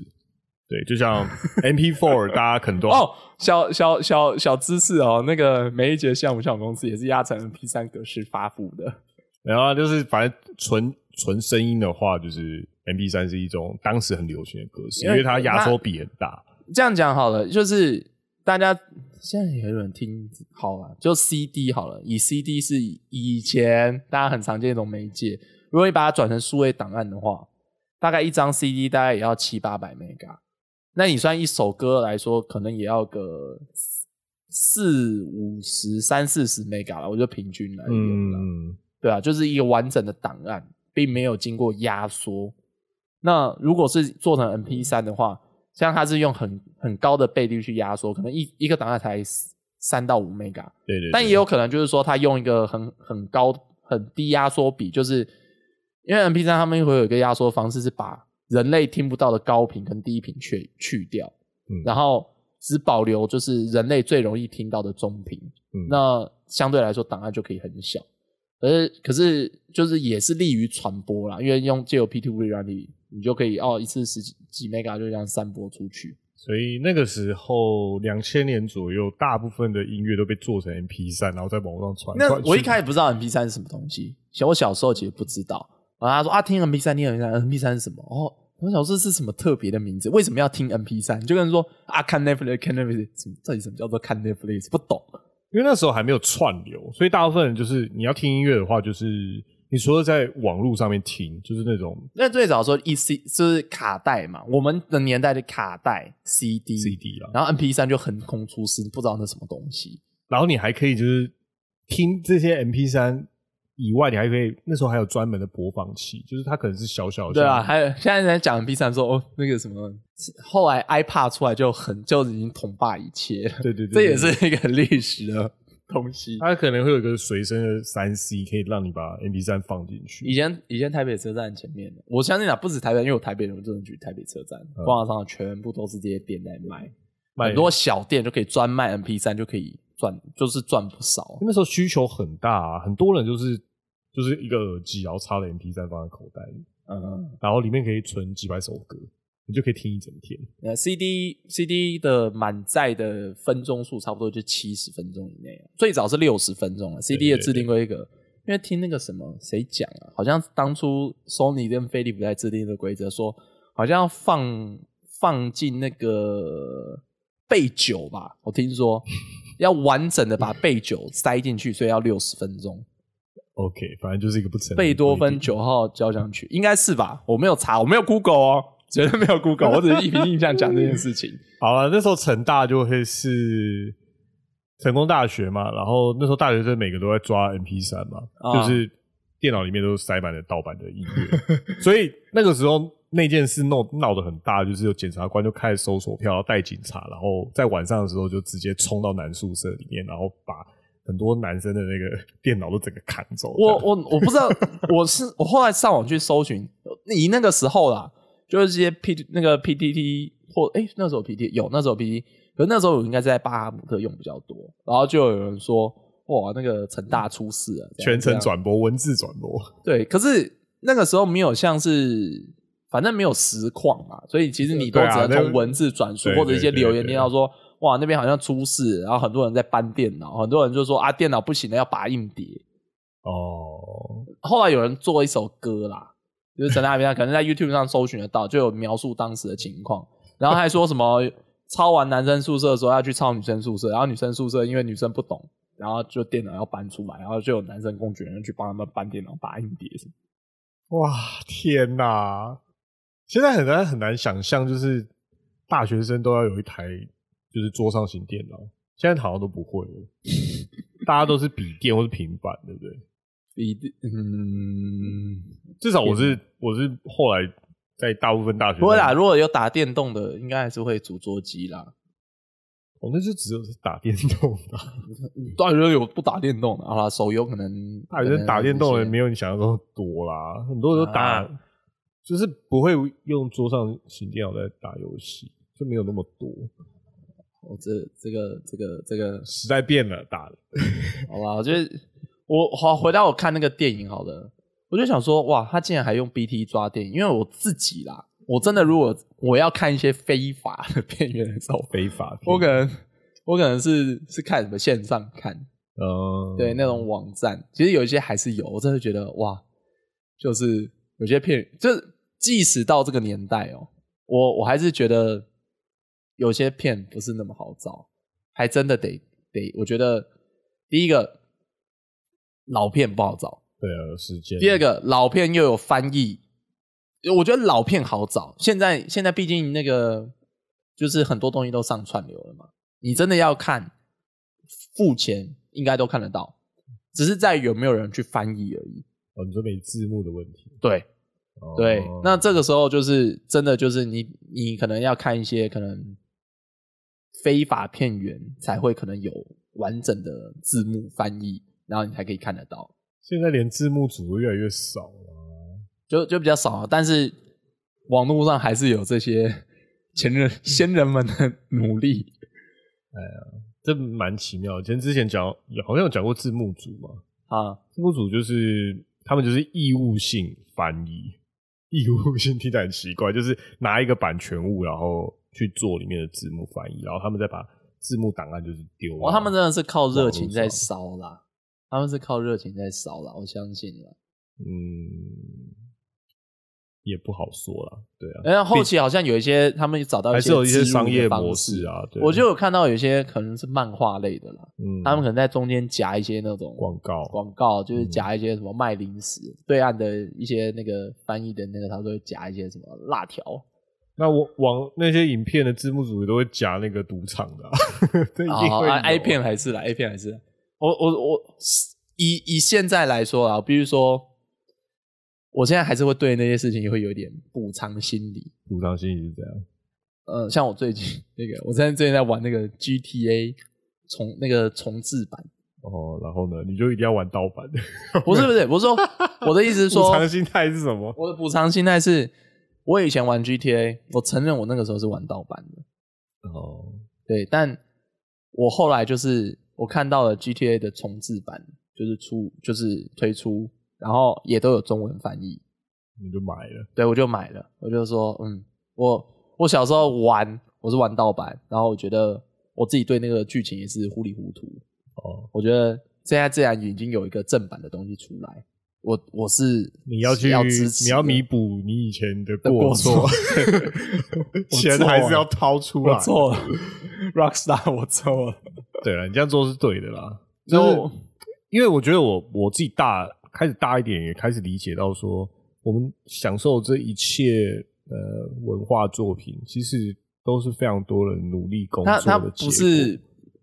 Speaker 3: 对，就 像 M P four，大家可能都
Speaker 2: 哦，小小小小知识哦，那个每一节项目项目公司也是压成 MP 三格式发布的。
Speaker 3: 然后就是反正纯纯声音的话，就是 M P 三是一种当时很流行的格式，
Speaker 2: 因
Speaker 3: 因
Speaker 2: 为
Speaker 3: 为它压缩比很大。
Speaker 2: 这样讲好了，就是大家现在也有人听好了，就 CD 好了，以 CD 是以前大家很常见的一种媒介，如果你把它转成数位档案的话，大概一张 CD 大概也要七八百 mega，那你算一首歌来说，可能也要个四五十、三四十 mega 了，我就平均来用啦。
Speaker 3: 嗯，
Speaker 2: 对啊，就是一个完整的档案，并没有经过压缩。那如果是做成 MP 3的话，像它是用很很高的倍率去压缩，可能一一个档案才三到五 mega，
Speaker 3: 对对对，
Speaker 2: 但也有可能就是说它用一个很很高很低压缩比，就是因为 MP 3他们会有一个压缩方式是把人类听不到的高频跟低频去去掉，
Speaker 3: 嗯
Speaker 2: 然后只保留就是人类最容易听到的中频。
Speaker 3: 嗯
Speaker 2: 那相对来说档案就可以很小。可是可是就是也是利于传播啦，因为用借由 P two V 软体，你就可以哦一次十几几 mega 就这样散播出去。
Speaker 3: 所以那个时候两千年左右，大部分的音乐都被做成 M P 三，然后在网络上传。
Speaker 2: 那
Speaker 3: 传去
Speaker 2: 我一开始不知道 M P 三是什么东西，小我小时候其实不知道。然后他说啊，听 M P 三，听 M P 三，M P 三是什么？哦，我想说这是什么特别的名字？为什么要听 M P 三？就跟人说啊，看 Netflix，看 Netflix，什么到底什么叫做看 Netflix？不懂。
Speaker 3: 因为那时候还没有串流，所以大部分人就是你要听音乐的话，就是你除了在网络上面听，就是那种
Speaker 2: 那最早说 E C 就是卡带嘛，我们的年代的卡带 C D
Speaker 3: CD 啦，
Speaker 2: 然后 M P 三就横空出世，不知道那什么东西。
Speaker 3: 然后你还可以就是听这些 M P 三以外，你还可以那时候还有专门的播放器，就是它可能是小小的，
Speaker 2: 对啊，，还有现在在讲 M P 三说哦，那个什么，后来 iPad 出来就很就已经统霸一切 了，
Speaker 3: 对对对，
Speaker 2: 这
Speaker 3: 对
Speaker 2: 也是一个很历史的东西。
Speaker 3: 它可能会有一个随身的三 C，可以让你把 M P 三放进去。
Speaker 2: 以前以前台北车站前面的，我相信啊，不止台北，因为我台北人，我真的去台北车站
Speaker 3: 嗯
Speaker 2: 逛商场，全部都是这些店在卖，
Speaker 3: 卖
Speaker 2: 很多小店就可以专卖 M P 三，就可以赚，就是赚不少。
Speaker 3: 那时候需求很大、啊，很多人就是就是一个耳机，然后插了 M P 三放在口袋里，
Speaker 2: 嗯，
Speaker 3: 然后里面可以存几百首歌，你就可以听一整天。
Speaker 2: 呃，CD CD 的满载的分钟数差不多就七十分钟以内、啊，最早是六十分钟了。CD 的制定规格，因为听那个什么谁讲啊，好像当初 Sony 跟飞利浦在制定的规则说，好像要放放进那个备酒吧，我听 说要完整的把备酒塞进去，所以要六十分钟。
Speaker 3: OK，反正就是一个不成
Speaker 2: 贝多芬
Speaker 3: 酒。
Speaker 2: 九号交响曲应该是吧？我没有查，我没有 Google 哦，绝对没有 Google，我只是一凭印象讲这件事情。
Speaker 3: 好了，那时候成大就会是成功大学嘛，然后那时候大学生每个都在抓 MP 三嘛，
Speaker 2: 啊
Speaker 3: 就是电脑里面都塞满了盗版的音乐， 所以那个时候那件事闹闹得很大，就是有检察官就开始搜索票，然后带警察，然后在晚上的时候就直接冲到男宿舍里面，然后把很多男生的那个电脑都整个扛走。
Speaker 2: 我我我不 知道，我是我后来上网去搜寻，你那个时候啦，就是这些 P 那个 PTT 或哎、那时候 PT 有那时候 PT，可是那时候我应该是在巴哈姆特用比较多，然后就有人说哇那个成大出事了，这样
Speaker 3: 全程
Speaker 2: 这样
Speaker 3: 转播，文字转播，
Speaker 2: 对，可是那个时候没有像是，反正没有实况嘛，所以其实你都
Speaker 3: 对啊
Speaker 2: 只能
Speaker 3: 那
Speaker 2: 从文字转述
Speaker 3: 对
Speaker 2: 或者一些
Speaker 3: 对对
Speaker 2: 留言
Speaker 3: 对
Speaker 2: 听到说，哇那边好像出事，然后很多人在搬电脑，很多人就说啊电脑不行了要拔硬碟。
Speaker 3: 哦，
Speaker 2: 后来有人做一首歌啦，就是陈大明，可能在 YouTube 上搜寻得到，就有描述当时的情况，然后还说什么抄完男生宿舍的时候要去抄女生宿舍，然后女生宿舍因为女生不懂，然后就电脑要搬出来，然后就有男生工具人去帮他们搬电脑、拔硬碟什么。
Speaker 3: 哇，天哪！现在很难很难想象，就是大学生都要有一台就是桌上型电脑，现在好像都不会了，大家都是笔电或是平板，对不对？
Speaker 2: 一定，嗯，
Speaker 3: 至少我是我是后来在大部分大学
Speaker 2: 不会啦。如果有打电动的，应该还是会主桌机啦。
Speaker 3: 我、哦、那就只有是打电动的，
Speaker 2: 当然有不打电动的，好啦，手游可能
Speaker 3: 大学生打电动的人没
Speaker 2: 有
Speaker 3: 有你想象中的多啦，很多人都打，
Speaker 2: 啊
Speaker 3: 就是不会用桌上型电脑在打游戏，就没有那么多。
Speaker 2: 我哦这这个这个这个
Speaker 3: 时代变了，打了。
Speaker 2: 好吧，我觉得我好回到我看那个电影好了，我就想说，哇，他竟然还用 BT 抓电影，因为我自己啦，我真的如果我要看一些非法的片源的时候，
Speaker 3: 非法片，
Speaker 2: 我可能我可能是是看什么线上看，
Speaker 3: 嗯，
Speaker 2: 对那种网站，其实有一些还是有，我真的觉得哇，就是有些片，就是即使到这个年代哦，我我还是觉得有些片不是那么好找，还真的得得，我觉得第一个老片不好找，
Speaker 3: 对啊，有时间。
Speaker 2: 第二，个老片又有翻译，我觉得老片好找，现在现在毕竟那个就是很多东西都上串流了嘛，你真的要看付钱应该都看得到，只是在于有没有人去翻译而已。
Speaker 3: 哦，你说没字幕的问题。
Speaker 2: 对，
Speaker 3: 哦
Speaker 2: 对，那这个时候就是真的就是你你可能要看一些可能非法片源才会可能有完整的字幕翻译，然后你才可以看得到，
Speaker 3: 现在连字幕组越来越少了。啊
Speaker 2: 就就比较少了。啊但是网络上还是有这些前人先人们的努力。
Speaker 3: 这蛮奇妙的。前之前讲好像有讲过字幕组嘛，
Speaker 2: 啊，
Speaker 3: 字幕组就是他们就是义务性翻译，义务性听起来很奇怪，就是拿一个版权物，然后去做里面的字幕翻译，然后他们再把字幕档案就是丢。
Speaker 2: 哇，他们真的是靠热情在
Speaker 3: 网络
Speaker 2: 烧啦，他们是靠热情在烧啦，我相信啦。
Speaker 3: 嗯，也不好说啦，对啊，
Speaker 2: 然后后期好像有一些他们找到
Speaker 3: 还
Speaker 2: 一
Speaker 3: 是有一些
Speaker 2: 植入
Speaker 3: 商
Speaker 2: 的
Speaker 3: 业
Speaker 2: 方
Speaker 3: 模
Speaker 2: 式
Speaker 3: 式，啊。对
Speaker 2: 我就有看到有些可能是漫画类的啦，
Speaker 3: 嗯
Speaker 2: 他们可能在中间夹一些那种
Speaker 3: 广告
Speaker 2: 广告就是
Speaker 3: 嗯
Speaker 2: 夹一些什么卖零食，对岸的一些那个翻译的那个，他们都会夹一些什么辣条
Speaker 3: 那我往那些影片的字幕组也都会夹那个赌场的、啊， 这一定会有啊、
Speaker 2: 啊，A 片还是啦，A 片还是啦我我我以以现在来说啊，比如说。我现在还是会对那些事情也会有一点补偿心理，
Speaker 3: 赌场心理是这样。
Speaker 2: 呃，像我最近 那个，我现在最近在玩那个 GTA 重那个重置版，
Speaker 3: 哦，然后呢，你就一定要玩盗版的。
Speaker 2: 不是不是，我是说 我的意思是说
Speaker 3: 补，偿心态是什么？
Speaker 2: 我的补偿心态是，我以前玩 GTA，我承认我那个时候是玩盗版的，
Speaker 3: 哦，
Speaker 2: 对，但我后来就是我看到了 GTA 的重置版，就是出就是推出，然后也都有中文翻译，
Speaker 3: 你就买了。
Speaker 2: 对我就买了，我就说，嗯，我我小时候玩我是玩盗版，然后我觉得我自己对那个剧情也是糊里糊涂，
Speaker 3: 哦，
Speaker 2: 我觉得现在既然已经有一个正版的东西出来，我我是
Speaker 3: 你要去，
Speaker 2: 要支持的，
Speaker 3: 你要弥补你以前的
Speaker 2: 的过
Speaker 3: 错
Speaker 2: 错，
Speaker 3: 钱还是要掏出来。
Speaker 2: 我错了， Rockstar 我错了，
Speaker 3: 对啊了，你这样做是对的啦。
Speaker 2: 然
Speaker 3: 就是
Speaker 2: 后
Speaker 3: 因为我觉得我我自己大开始大一点，也开始理解到说，我们享受这一切呃文化作品，其实都是非常多人努力工
Speaker 2: 他
Speaker 3: 作
Speaker 2: 他
Speaker 3: 的结
Speaker 2: 不
Speaker 3: 果。
Speaker 2: 是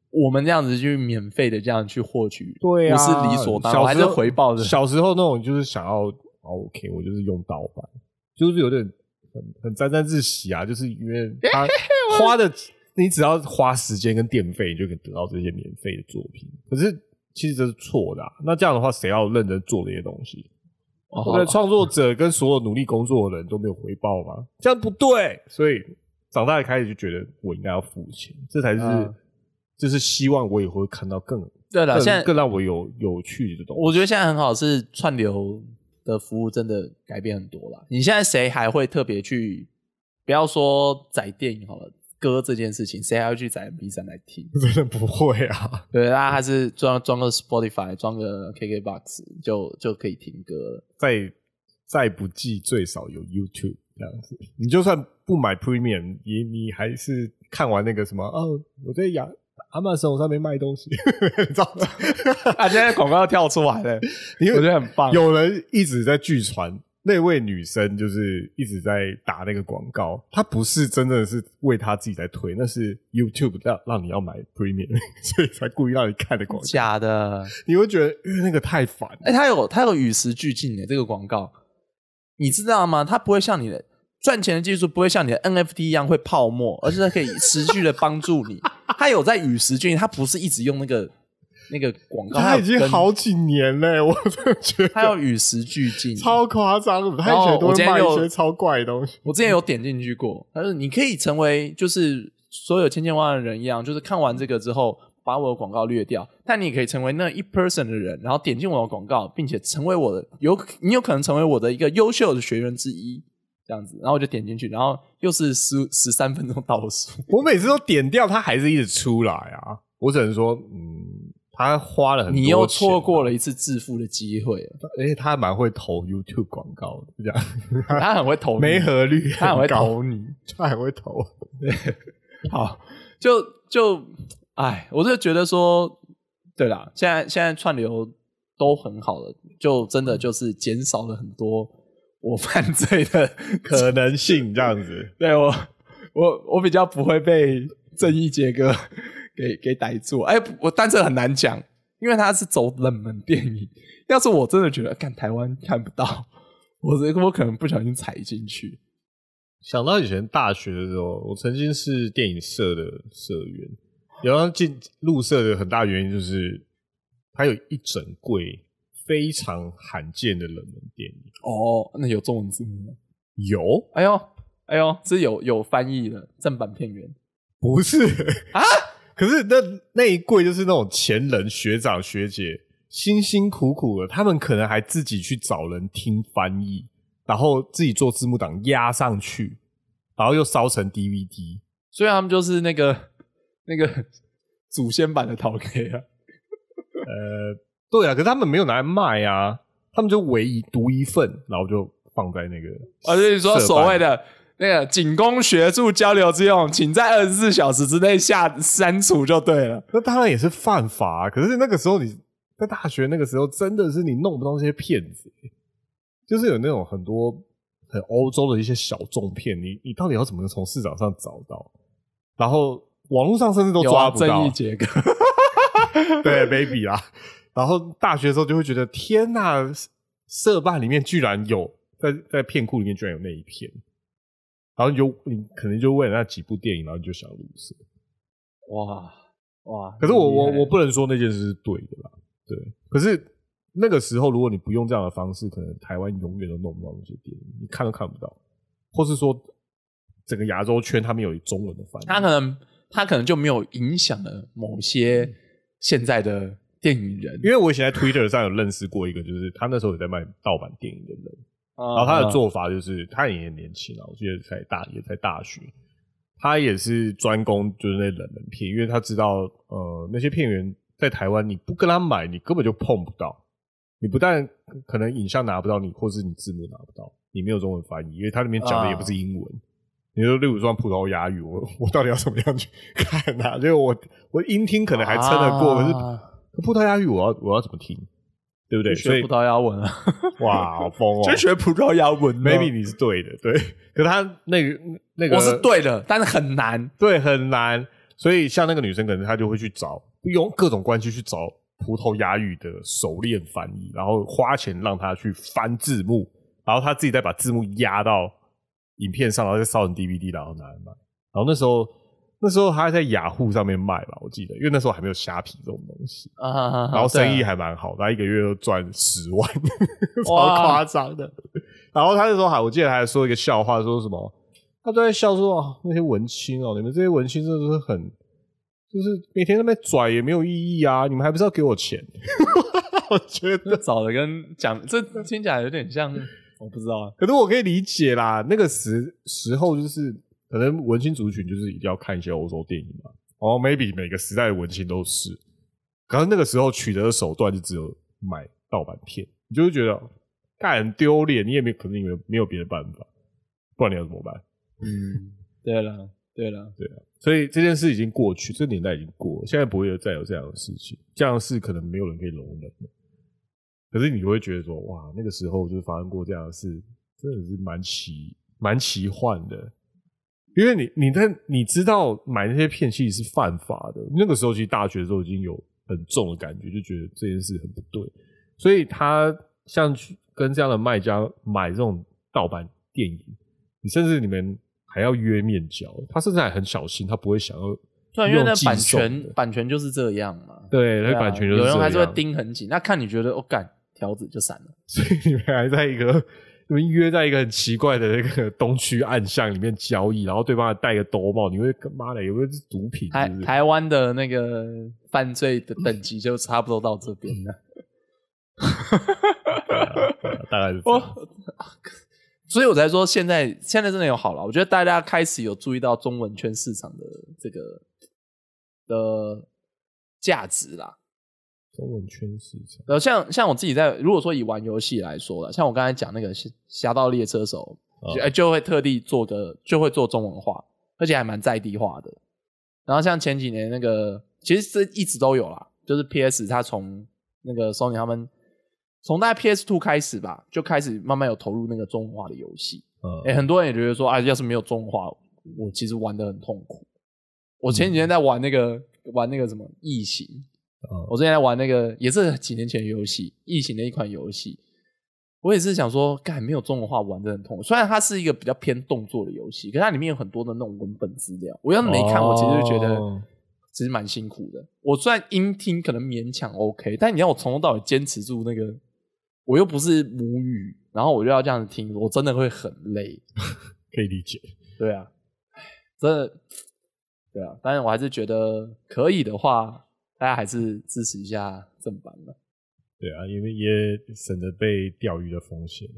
Speaker 2: 我们这样子去免费的这样去获取，
Speaker 3: 对啊，
Speaker 2: 不是理所当然，
Speaker 3: 小
Speaker 2: 还
Speaker 3: 时
Speaker 2: 是
Speaker 3: 候
Speaker 2: 回报的。
Speaker 3: 小时候那种就是想要啊 OK，我就是用盗版，就是有点很很沾沾自喜啊，就是因 为他花的，你只要花时间跟电费，你就可以得到这些免费的作品。可是其实这是错的、啊，那这样的话，谁要认真做这些东西？
Speaker 2: 哦
Speaker 3: 我们的创作者跟所有努力工作的人都没有回报吗？这样不对，所以长大开始就觉得我应该要付钱，这才是、
Speaker 2: 嗯
Speaker 3: 就是希望我以后会看到更
Speaker 2: 对了，
Speaker 3: 更
Speaker 2: 现在
Speaker 3: 更让我有有趣的东西。
Speaker 2: 我觉得现在很好，是串流的服务真的改变很多了。你现在谁还会特别去？不要说载电影好了，歌这件事情，谁还会去载 MP 三来听？
Speaker 3: 真的不会啊，
Speaker 2: 对，大家还是装装个 Spotify，装个 KKBox 就就可以听歌了。
Speaker 3: 再再不济最少有 YouTube 这样子。你就算不买 Premium，也你还是看完那个什么哦，我在亚 Amazon 上面卖东西， 你知道吗？
Speaker 2: 啊，现在广告跳出来了，
Speaker 3: 因为
Speaker 2: 我觉得啊很棒。
Speaker 3: 有人一直在据传，那位女生就是一直在打那个广告，她不是真的是为她自己在推，那是 YouTube 让让你要买 Premium，所以 才故意让你看的广告。
Speaker 2: 假的？
Speaker 3: 你会觉得，因为那个太烦了。
Speaker 2: 哎、它有它有与时俱进的这个广告，你知道吗？它不会像你的赚钱的技术不会像你的 NFT 一样会泡沫，而是它可以持续的帮助你。它有在与时俱进，它不是一直用那个那个广告，
Speaker 3: 他
Speaker 2: 它有
Speaker 3: 已经
Speaker 2: 跟
Speaker 3: 好几年嘞，我真的觉
Speaker 2: 它
Speaker 3: 得
Speaker 2: 要与时俱 进。
Speaker 3: 超夸张的，他以前都
Speaker 2: 我今
Speaker 3: 会
Speaker 2: 天
Speaker 3: 卖一
Speaker 2: 有
Speaker 3: 些超怪的东西。
Speaker 2: 我之前有点进去过，但是你可以成为就是所有千千万万的人一样，就是看完这个之后把我的广告略掉，但你也可以成为那一 person 的人，然后点进我的广告，并且成为我的有你有可能成为我的一个优秀的学员之一，这样子，然后我就点进去，然后又是十十三分钟倒数，
Speaker 3: 我每次都点掉，他还是一直出来啊。我只能说，嗯，他花了很多钱啊，
Speaker 2: 你又错过了一次致富的 机会了。
Speaker 3: 而且他还蛮会投 YouTube 广告的，这样
Speaker 2: 他很会投你
Speaker 3: 没合率
Speaker 2: 他很会投
Speaker 3: 高你，他很会投。
Speaker 2: 好，就就哎，我就觉得说，对啦，现在现在串流都很好了，就真的就是减少了很多我犯罪的可
Speaker 3: 可能性这样子，
Speaker 2: 对我我我比较不会被正义杰哥给给逮住。哎、不我但这很难讲，因为他是走冷门电影，要是我真的觉得看台湾看不到，我我可能不小心踩进去。
Speaker 3: 想到以前大学的时候，我曾经是电影社的社员，然后进入社的很大原因就是，它有一整柜非常罕见的冷门电影，
Speaker 2: 哦，那有中文字幕吗？
Speaker 3: 有
Speaker 2: 哎呦，哎呦，这有有翻译的正版片源
Speaker 3: 不是？
Speaker 2: 啊？
Speaker 3: 可是那那一柜就是那种前人学长学姐辛辛苦苦的，他们可能还自己去找人听翻译，然后自己做字幕档压上去，然后又烧成 DVD。
Speaker 2: 所以他们就是那个 那个祖先版的陶 K 啊。
Speaker 3: 呃，对啊，可是他们没有拿来卖啊，他们就唯一独一份，然后就放在那个，
Speaker 2: 而且你说所谓
Speaker 3: 的
Speaker 2: 的那个仅供学术交流之用，请在二十四小时之内下删除就对了。
Speaker 3: 那当然也是犯法、啊。可是那个时候你在大学那个时候，真的是你弄不到这些骗子，就是有那种很多很欧洲的一些小众片，你你到底要怎么从市场上找到？然后网络上甚至都
Speaker 2: 有
Speaker 3: 抓
Speaker 2: 啊
Speaker 3: 不到，
Speaker 2: 正义杰哥，
Speaker 3: 对，baby 啦。然后大学的时候就会觉得，天呐，社办里面居然有在在片库里面居然有那一片，然后你就你可能就为了那几部电影，然后你就想入社。
Speaker 2: 哇 哇！
Speaker 3: 可是我我
Speaker 2: 厉害
Speaker 3: 我不能说那件事是对的啦，对。可是那个时候，如果你不用这样的方式，可能台湾永远都弄不到那些电影，你看都看不到，或是说整个亚洲圈他们有中文的翻译，
Speaker 2: 他可能他可能就没有影响了某些现在的电影人，
Speaker 3: 因为我以前在 Twitter 上有认识过一个，就是他那时候也在卖盗版电影的人。
Speaker 2: 然
Speaker 3: 然啊后他
Speaker 2: 哦
Speaker 3: 的做法就是，他也很年轻啊，我记得才大也才大学，他也是专攻就是那冷门片，因为他知道呃那些片源在台湾你不跟他买，你根本就碰不到，你不但可
Speaker 2: 哦
Speaker 3: 能影像拿不到你，或是你字幕拿不到，你没有中文翻译，因为他里面讲的也不是英文，你说例如说葡萄牙语， 我我到底要怎么样去看 呢、啊？就是我我音听可能还撑得过，可是
Speaker 2: 啊
Speaker 3: 葡萄牙语我要我要怎么听？对不对？所
Speaker 2: 学
Speaker 3: 以
Speaker 2: 葡萄牙文啊，
Speaker 3: 哇，好疯哦！
Speaker 2: 就学葡萄牙文啊
Speaker 3: maybe 你是对的，对， 可他那个那个
Speaker 2: 我是对的，但是很难。
Speaker 3: 对，很难。所以像那个女生，可能她就会去找用各种关系去找葡萄牙语的熟练翻译，然后花钱让她去翻字幕，然后她自己再把字幕压到影片上，然后再烧成 DVD，然后拿来卖。然后那时候，那时候她在雅虎上面卖吧，我记得，因为那时候还没有虾皮这种东西，
Speaker 2: 啊，
Speaker 3: 然后生意
Speaker 2: 还
Speaker 3: 还蛮好，她一个月都赚十万，
Speaker 2: 哇
Speaker 3: 超夸张的。然后她那时候还，我记得还说一个笑话，说什么？他都在笑说啊，那些文青哦，你们这些文青真的是很，就是每天在那边拽也没有意义啊，你们还不是要给我钱？ 我觉得，
Speaker 2: 找的跟讲，这听起来有点像， 我不知道啊。
Speaker 3: 可是我可以理解啦，那个时时候就是可能文青族群就是一定要看一些欧洲电影嘛，哦，maybe 每个时代的文青都是，可是那个时候取得的手段就只有买盗版片，你就会觉得干很丢脸，你也没有可能你没有没有别的办法，不然你要怎么办？
Speaker 2: 嗯，对了，对了，
Speaker 3: 所以这件事已经过去，这年代已经过了，现在不会有再有这样的事情，这样的事可能没有人可以容忍。可是你会觉得说，哇，那个时候就是发生过这样的事，真的是蛮奇蛮奇幻的。因为你你在你知道买那些片其实是犯法的，那个时候其实大学的时候已经有很重的感觉，就觉得这件事很不对，所以他像去跟这样的卖家买这种盗版电影，你甚至你们还要约面交，他甚至还很小心，他不会想要
Speaker 2: 对，啊因为那
Speaker 3: 用寄
Speaker 2: 版
Speaker 3: 送
Speaker 2: 权
Speaker 3: 的
Speaker 2: 版权就是这样嘛。
Speaker 3: 对，
Speaker 2: 对
Speaker 3: 那
Speaker 2: 啊
Speaker 3: 版权就是
Speaker 2: 有人
Speaker 3: 这
Speaker 2: 还是会
Speaker 3: 样，
Speaker 2: 盯很紧，那看你觉得，哦，干条子就散了。
Speaker 3: 所以你们还在一个 你们约在一个很奇怪的那个东区暗巷里面交易，然后对方还戴个兜帽，你会跟妈的有没有是毒品
Speaker 2: 台
Speaker 3: 是不是？
Speaker 2: 台湾的那个犯罪的等级就差不多到这边了。
Speaker 3: 大概是这样
Speaker 2: 哦，所以我才说现在现在真的有好了，我觉得大家开始有注意到中文圈市场的这个的价值啦。
Speaker 3: 中文圈市场，
Speaker 2: 然后呃像像我自己在如果说以玩游戏来说了，像我刚才讲那个《侠侠盗猎车手》
Speaker 3: 啊
Speaker 2: 就，哎就会特地做个就会做中文化，而且还蛮在地化的。然后像前几年那个，其实这一直都有啦，就是 PS 它从那个 Sony 他们从大概 PS Two 开始吧，就开始慢慢有投入那个中文化的游戏。
Speaker 3: 嗯
Speaker 2: 哎、很多人也觉得说，啊，要是没有中文化，我其实玩的很痛苦。我前几天在玩那个、玩那个什么异形，
Speaker 3: 嗯
Speaker 2: 我之前在玩那个也是几年前的游戏，异形的一款游戏。我也是想说，干没有中文化玩的很痛苦。虽然它是一个比较偏动作的游戏，可是它里面有很多的那种文本资料。我要是没看，我其实就觉得
Speaker 3: 哦
Speaker 2: 其实蛮辛苦的。我虽然音听可能勉强 OK，但你要我从头到尾坚持住那个，我又不是母语，然后我就要这样子听，我真的会很累。
Speaker 3: 可以理解。
Speaker 2: 对啊，真的，对啊，当然我还是觉得可以的话，大家还是支持一下正版吧。
Speaker 3: 对啊，因为也省得被钓鱼的风险。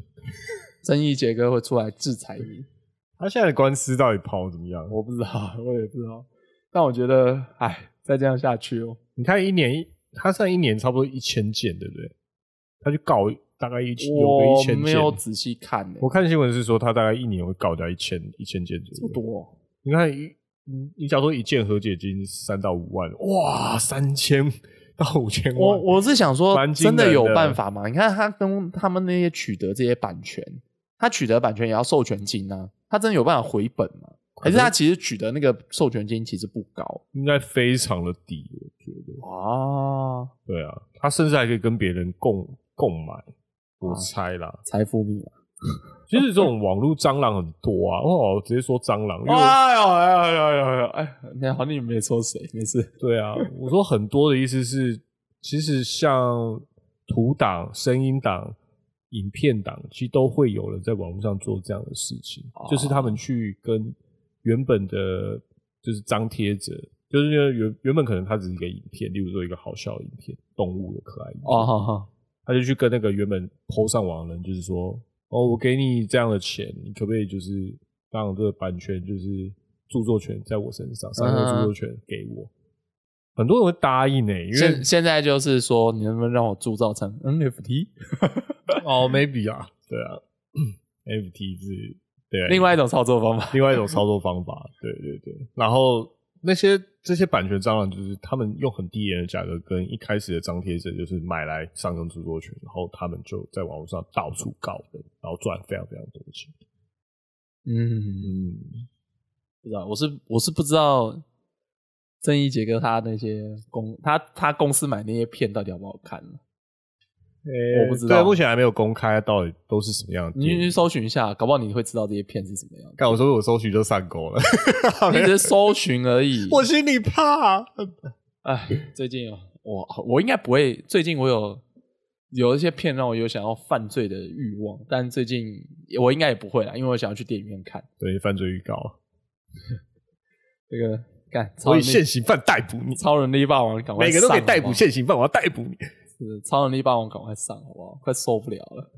Speaker 2: 正义杰哥会出来制裁你，
Speaker 3: 他现在的官司到底跑得怎么样？
Speaker 2: 我不知道，我也不知道。但我觉得，哎，再这样下去哦，
Speaker 3: 你看一年一，他上一年差不多一千件，对不对？他就告大概一千有个一
Speaker 2: 我
Speaker 3: 千
Speaker 2: 没
Speaker 3: 件。
Speaker 2: 有仔细看欸呢、
Speaker 3: 我看新闻是说，他大概一年会告掉一千一千件左
Speaker 2: 这
Speaker 3: 右。
Speaker 2: 么多哦、
Speaker 3: 你看一，你你假如说一件和解金三到五万，哇，三千 到五千
Speaker 2: 我
Speaker 3: 万，
Speaker 2: 我是想说
Speaker 3: 蛮，惊
Speaker 2: 真
Speaker 3: 人的
Speaker 2: 的有办法吗？你看他跟他们那些取得这些版权，他取得版权也要授权金啊，他真的有办法回本吗？还是他其实取得那个授权金其实不高
Speaker 3: 应该非常的低，我觉得。
Speaker 2: 啊？
Speaker 3: 对啊，他甚至还可以跟别人共共买，我
Speaker 2: 啊
Speaker 3: 猜啦。
Speaker 2: 财富密码。
Speaker 3: 其实这种网络蟑螂很多啊，哦，我直接说蟑螂，因为我
Speaker 2: 哎呦哎呦哎呦哎呦哎呦！哎，你好，你没说谁，没事。
Speaker 3: 对啊，我说很多的意思是，其实像图档、声音档、影片档，其实都会有人在网络上做这样的事情，
Speaker 2: 哦
Speaker 3: 就是他们去跟原本的，就是张贴者，就是因为原原本可能它只是一个影片，例如说一个好笑的影片，动物的可爱影片，
Speaker 2: 哦，好好，
Speaker 3: 他就去跟那个原本抛上网的人，就是说，哦，我给你这样的钱，你可不可以就是让这个版权就是著作权在我身上，商业
Speaker 2: 嗯
Speaker 3: 著作权给我？很多人会答应呢、因为
Speaker 2: 现现在就是说，你能不能让我铸造成 NFT？
Speaker 3: 哦，maybe 啊，对啊，NFT 是对，
Speaker 2: 另外一种操作方法。
Speaker 3: 另外一种操作方法，对对对。然后那些这些版权蟑螂，就是他们用很低廉的价格跟一开始的张贴者，就是买来上升著作权，然后他们就在网络上到处告人，然后赚非常非常多的钱。
Speaker 2: 嗯，
Speaker 3: 嗯，
Speaker 2: 不知道，我是我是不知道正义杰哥他那些公他他公司买那些片到底好不好看呢？我不知道
Speaker 3: 对，目前还没有公开到底都是什么样的
Speaker 2: 你
Speaker 3: 电
Speaker 2: 去
Speaker 3: 影。
Speaker 2: 搜寻一下，搞不好你会知道这些片是什么 样的。
Speaker 3: 干我说我搜寻就上 钩了，
Speaker 2: 你只是搜寻而 已。
Speaker 3: 我心里怕。
Speaker 2: 哎，最近哦我我应该不会，最近我有有一些片让我有想要犯罪的欲望，但最近我应该也不会啦，因为我想要去电影院看
Speaker 3: 对，犯罪预告，
Speaker 2: 这个干超
Speaker 3: 所以
Speaker 2: 能
Speaker 3: 现
Speaker 2: 力
Speaker 3: 行犯逮捕你，
Speaker 2: 超能力霸王，赶快
Speaker 3: 每个都可以
Speaker 2: 上
Speaker 3: 逮
Speaker 2: 好不
Speaker 3: 捕
Speaker 2: 好
Speaker 3: 现行犯，我要逮捕你，
Speaker 2: 是超能力霸王，赶快上好不好？快受不了 了，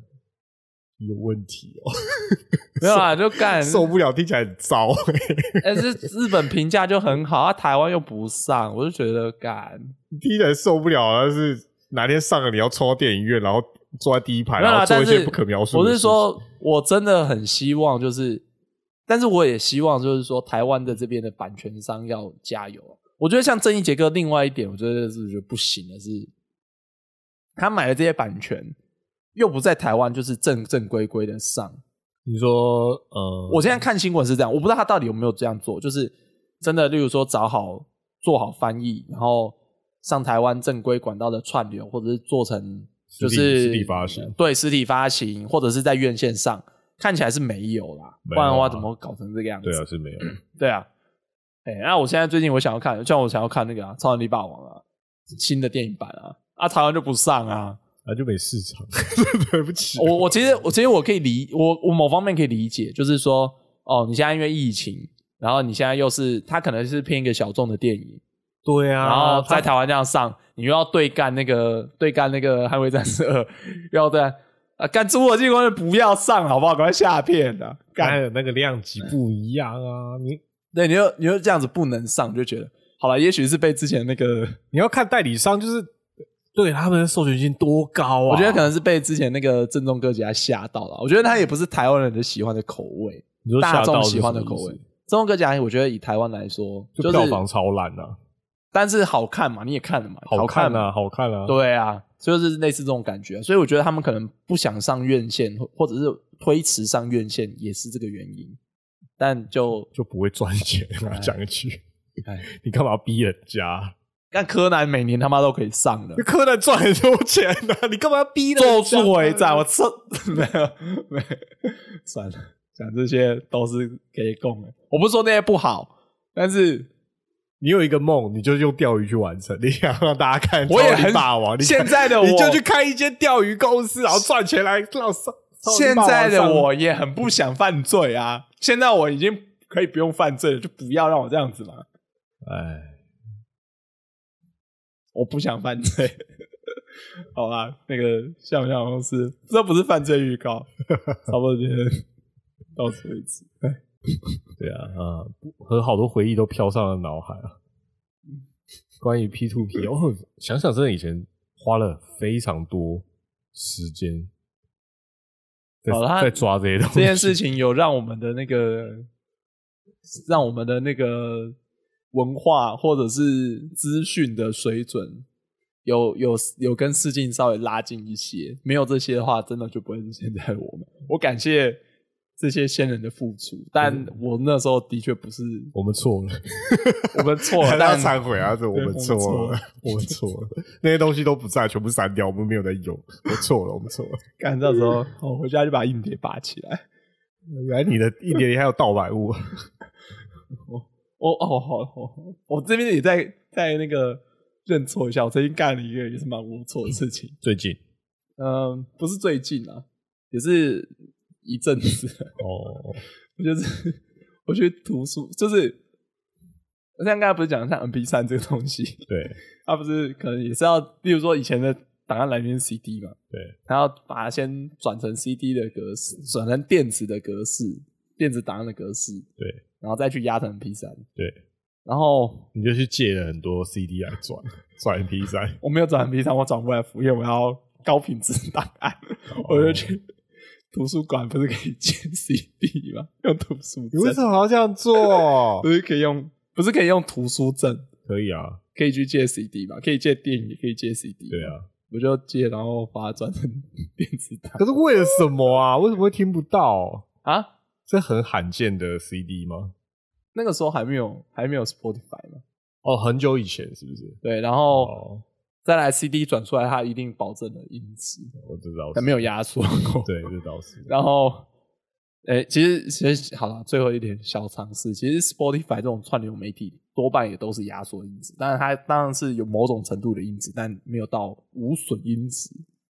Speaker 3: 有问题哦，
Speaker 2: 没有啦，就干
Speaker 3: 受不了，听起来很糟。欸
Speaker 2: 但是日本评价就很好，啊，台湾又不上，我就觉得干。
Speaker 3: 听起来受不了，但是哪天上了你要冲到电影院，然后坐在第一排，
Speaker 2: 没有
Speaker 3: 然后
Speaker 2: 啦，
Speaker 3: 做一
Speaker 2: 但
Speaker 3: 些
Speaker 2: 是
Speaker 3: 不可描述。
Speaker 2: 我是，说，我真的很希望，就是，但是我也希望，就是说，台湾的这边的版权商要加油。我觉得像正义杰哥，另外一点，我觉得是觉得不行的是，他买了这些版权，又不在台湾就是正正规规的上。
Speaker 3: 你说呃，
Speaker 2: 我现在看新闻是这样，我不知道他到底有没有这样做，就是真的，例如说找好做好翻译，然后上台湾正规管道的串流，或者是做成就
Speaker 3: 实体
Speaker 2: 是嗯
Speaker 3: 实体发行
Speaker 2: 对实体发行，或者是在院线上，看起来是没有啦，
Speaker 3: 没有啊
Speaker 2: 不然的话怎么搞成这个样子？
Speaker 3: 对啊是 没有，
Speaker 2: 对啊，哎、那我现在最近我想要看，像我想要看那个、啊《超能力霸王》啊，新的电影版啊，啊台湾就不 上啊。
Speaker 3: 那就没市场， 对不起。
Speaker 2: 我我其实我其实我可以理我我某方面可以理解，就是说哦，你现在因为疫情，然后你现在又是它可能是偏一个小众的电影，
Speaker 3: 对啊，
Speaker 2: 然后在
Speaker 3: 他
Speaker 2: 台湾这样上，你又要对干那个对干那个《捍卫战士二》，又要对啊干《侏罗纪公园》不要上好不好？赶快下片啊！
Speaker 3: 还
Speaker 2: 干，
Speaker 3: 有那个量级不一样啊，你
Speaker 2: 对，你就你就这样子不能上，就觉得好了，也许是被之前那个，
Speaker 3: 你要看代理商就是对他们的授权金多高啊，
Speaker 2: 我觉得可能是被之前那个郑中哥给他吓到了。我觉得他也不是台湾人的喜欢的口味，
Speaker 3: 你说
Speaker 2: 大
Speaker 3: 吓到
Speaker 2: 众
Speaker 3: 是
Speaker 2: 喜欢的
Speaker 3: 什么
Speaker 2: 口
Speaker 3: 意思
Speaker 2: 味。郑中哥讲，我觉得以台湾来说，就
Speaker 3: 就是票房超烂啊，
Speaker 2: 但是好看嘛，你也看了嘛，
Speaker 3: 好
Speaker 2: 看
Speaker 3: 看
Speaker 2: 嘛
Speaker 3: 啊，好看啊，
Speaker 2: 对啊，就是类似这种感觉，所以我觉得他们可能不想上院线，或或者是推迟上院线，也是这个原因。但就
Speaker 3: 就不会赚钱啊，
Speaker 2: 哎
Speaker 3: 讲一句，
Speaker 2: 哎，
Speaker 3: 你干嘛逼人家？
Speaker 2: 但柯南每年他妈都可以 上的
Speaker 3: 那，柯南赚很多钱啊，你干嘛逼人家？
Speaker 2: 咒术 回战，我操， 没有没有，算了，讲这些都是可以供的。我不是说那些不好，但是
Speaker 3: 你有一个梦，你就用钓鱼去完成。你想让大家看，
Speaker 2: 我也
Speaker 3: 超级
Speaker 2: 很
Speaker 3: 霸王。你看
Speaker 2: 现在的 我
Speaker 3: 你就去开一间钓鱼公司，然后赚钱来让上。超级
Speaker 2: 现
Speaker 3: 霸王
Speaker 2: 在的
Speaker 3: 上
Speaker 2: 我也很不想犯罪啊， 现在我已经可以不用犯罪了，就不要让我这样子嘛。
Speaker 3: 哎，
Speaker 2: 我不想犯罪。 好啦，那个像不像公司？这不是犯罪预告，差不多今 天到此为止。
Speaker 3: 对啊，啊，和好多回忆都飘上了脑海啊。关于 P to P，哦，想想真的以前花了非常多时间在
Speaker 2: 好啦
Speaker 3: 在抓这些东西。
Speaker 2: 这件事情有让我们的那个，让我们的那个文化或者是资讯的水准。有有有跟试镜稍微拉近一些，没有这些的话，真的就不会是现在我们。我感谢这些先人的付出，但我那时候的确不是
Speaker 3: 我们错了，
Speaker 2: 我们错了，
Speaker 3: 还要
Speaker 2: 但
Speaker 3: 忏悔啊！这我
Speaker 2: 对
Speaker 3: 们错
Speaker 2: 我们
Speaker 3: 了，我们错了，那些东西都不在，全部删掉，我们没有在用。我错了，我们错了。
Speaker 2: 干到时候，我回家就把硬碟拔起来。哦
Speaker 3: 原来你的一年里还有盗版物，啊
Speaker 2: 我哦，好，好我这边也在在那个认错一下，我最近干了一个也是蛮龌龊的事情。
Speaker 3: 最近
Speaker 2: 嗯，不是最近啊，也是一阵子了，
Speaker 3: 哦，
Speaker 2: 我就是我去图书，就是我像刚才不是讲像 M P 三这个东西，
Speaker 3: 对，
Speaker 2: 它不是可能也是要，例如说以前的档案来源是 CD 嘛，
Speaker 3: 对，
Speaker 2: 它要把它先转成 CD 的格式，转成电子的格式，电子档案的格式，
Speaker 3: 对，
Speaker 2: 然后再去压成 P 三，
Speaker 3: 对，
Speaker 2: 然后
Speaker 3: 你就去借了很多 CD 来转转 MP 三，哦
Speaker 2: 我没有转成 P 三，我转 WF，因为我要高品质档案，我就去图书馆不是可以建 CD 吗？用图书
Speaker 3: 你为什
Speaker 2: 证，
Speaker 3: 么要这样做
Speaker 2: 不？是可以用，不是可以用图书证，
Speaker 3: 可以啊，
Speaker 2: 可以去借 CD 嘛？可以借电影，也可以借 CD。
Speaker 3: 对，啊。
Speaker 2: 我就借，然后把它转成 电子档
Speaker 3: 可是为了什么啊？为什么会听不到？
Speaker 2: 啊。
Speaker 3: 这很罕见的 CD 吗？
Speaker 2: 那个时候还没有还没有 Spotify 嘛？
Speaker 3: 哦，很久以前是不是？
Speaker 2: 对，然后
Speaker 3: 哦，
Speaker 2: 再来 CD 转出来，它一定保证了音质，
Speaker 3: 我知道
Speaker 2: 但
Speaker 3: 是，
Speaker 2: 没有压缩过。
Speaker 3: 对，这倒是。
Speaker 2: 然后，诶、其实其实好了，最后一点小尝试，其实 Spotify 这种串流媒体多半也都是压缩音质，当然它当然是有某种程度的音质，但没有到无损音质。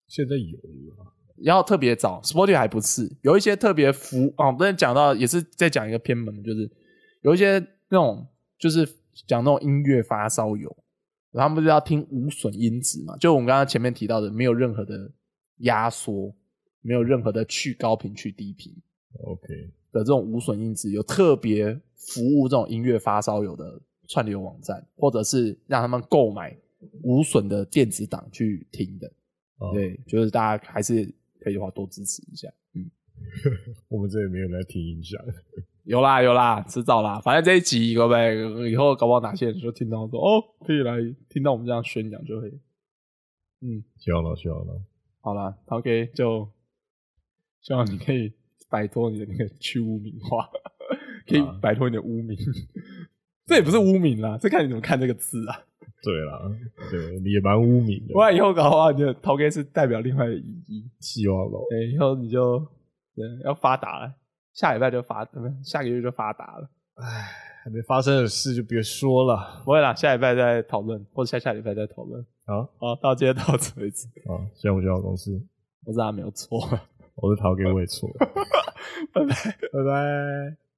Speaker 3: 现在有了啊，
Speaker 2: 要特别找 Spotify 还不是有一些特别服啊，不是讲到也是在讲一个偏门的，就是有一些那种就是讲那种音乐发烧友，然后他们就要听无损音质嘛，就我们刚刚前面提到的，没有任何的压缩，没有任何的去高频去低频，
Speaker 3: OK，
Speaker 2: 的这种无损音质，有特别服务这种音乐发烧友的串流网站，或者是让他们购买无损的电子档去听的。
Speaker 3: 哦
Speaker 2: 对，就是大家还是可以的话多支持一下。嗯，
Speaker 3: 我们这里没有人在听音响，
Speaker 2: 有啦有啦，迟早啦，反正这一集各位以后搞不好哪些人就听到说哦，可以来听到我们这样宣讲就会。嗯，
Speaker 3: 希望了，希望了。
Speaker 2: 好啦 o k 就希望你可以摆脱你的那个去污名化，可以
Speaker 3: 啊
Speaker 2: 摆脱你的污名。这也不是污名啦，这看你怎么看这个字啊。
Speaker 3: 对啦，对，你也蛮污名的
Speaker 2: 不，然以后搞不好你的头 K 是代表另外的意义。
Speaker 3: 希望了。
Speaker 2: 对，以后你就对要发达了，下礼拜就发，不是下个月就发达了。
Speaker 3: 还没发生的事就别说了
Speaker 2: 不会啦，下礼拜再讨论，或者下下礼拜再讨论。
Speaker 3: 好啊！
Speaker 2: 好，到今天到此为止。
Speaker 3: 现在我就到公司，
Speaker 2: 我是阿没有错，
Speaker 3: 我是陶给我也错，
Speaker 2: 拜拜。
Speaker 3: 拜拜。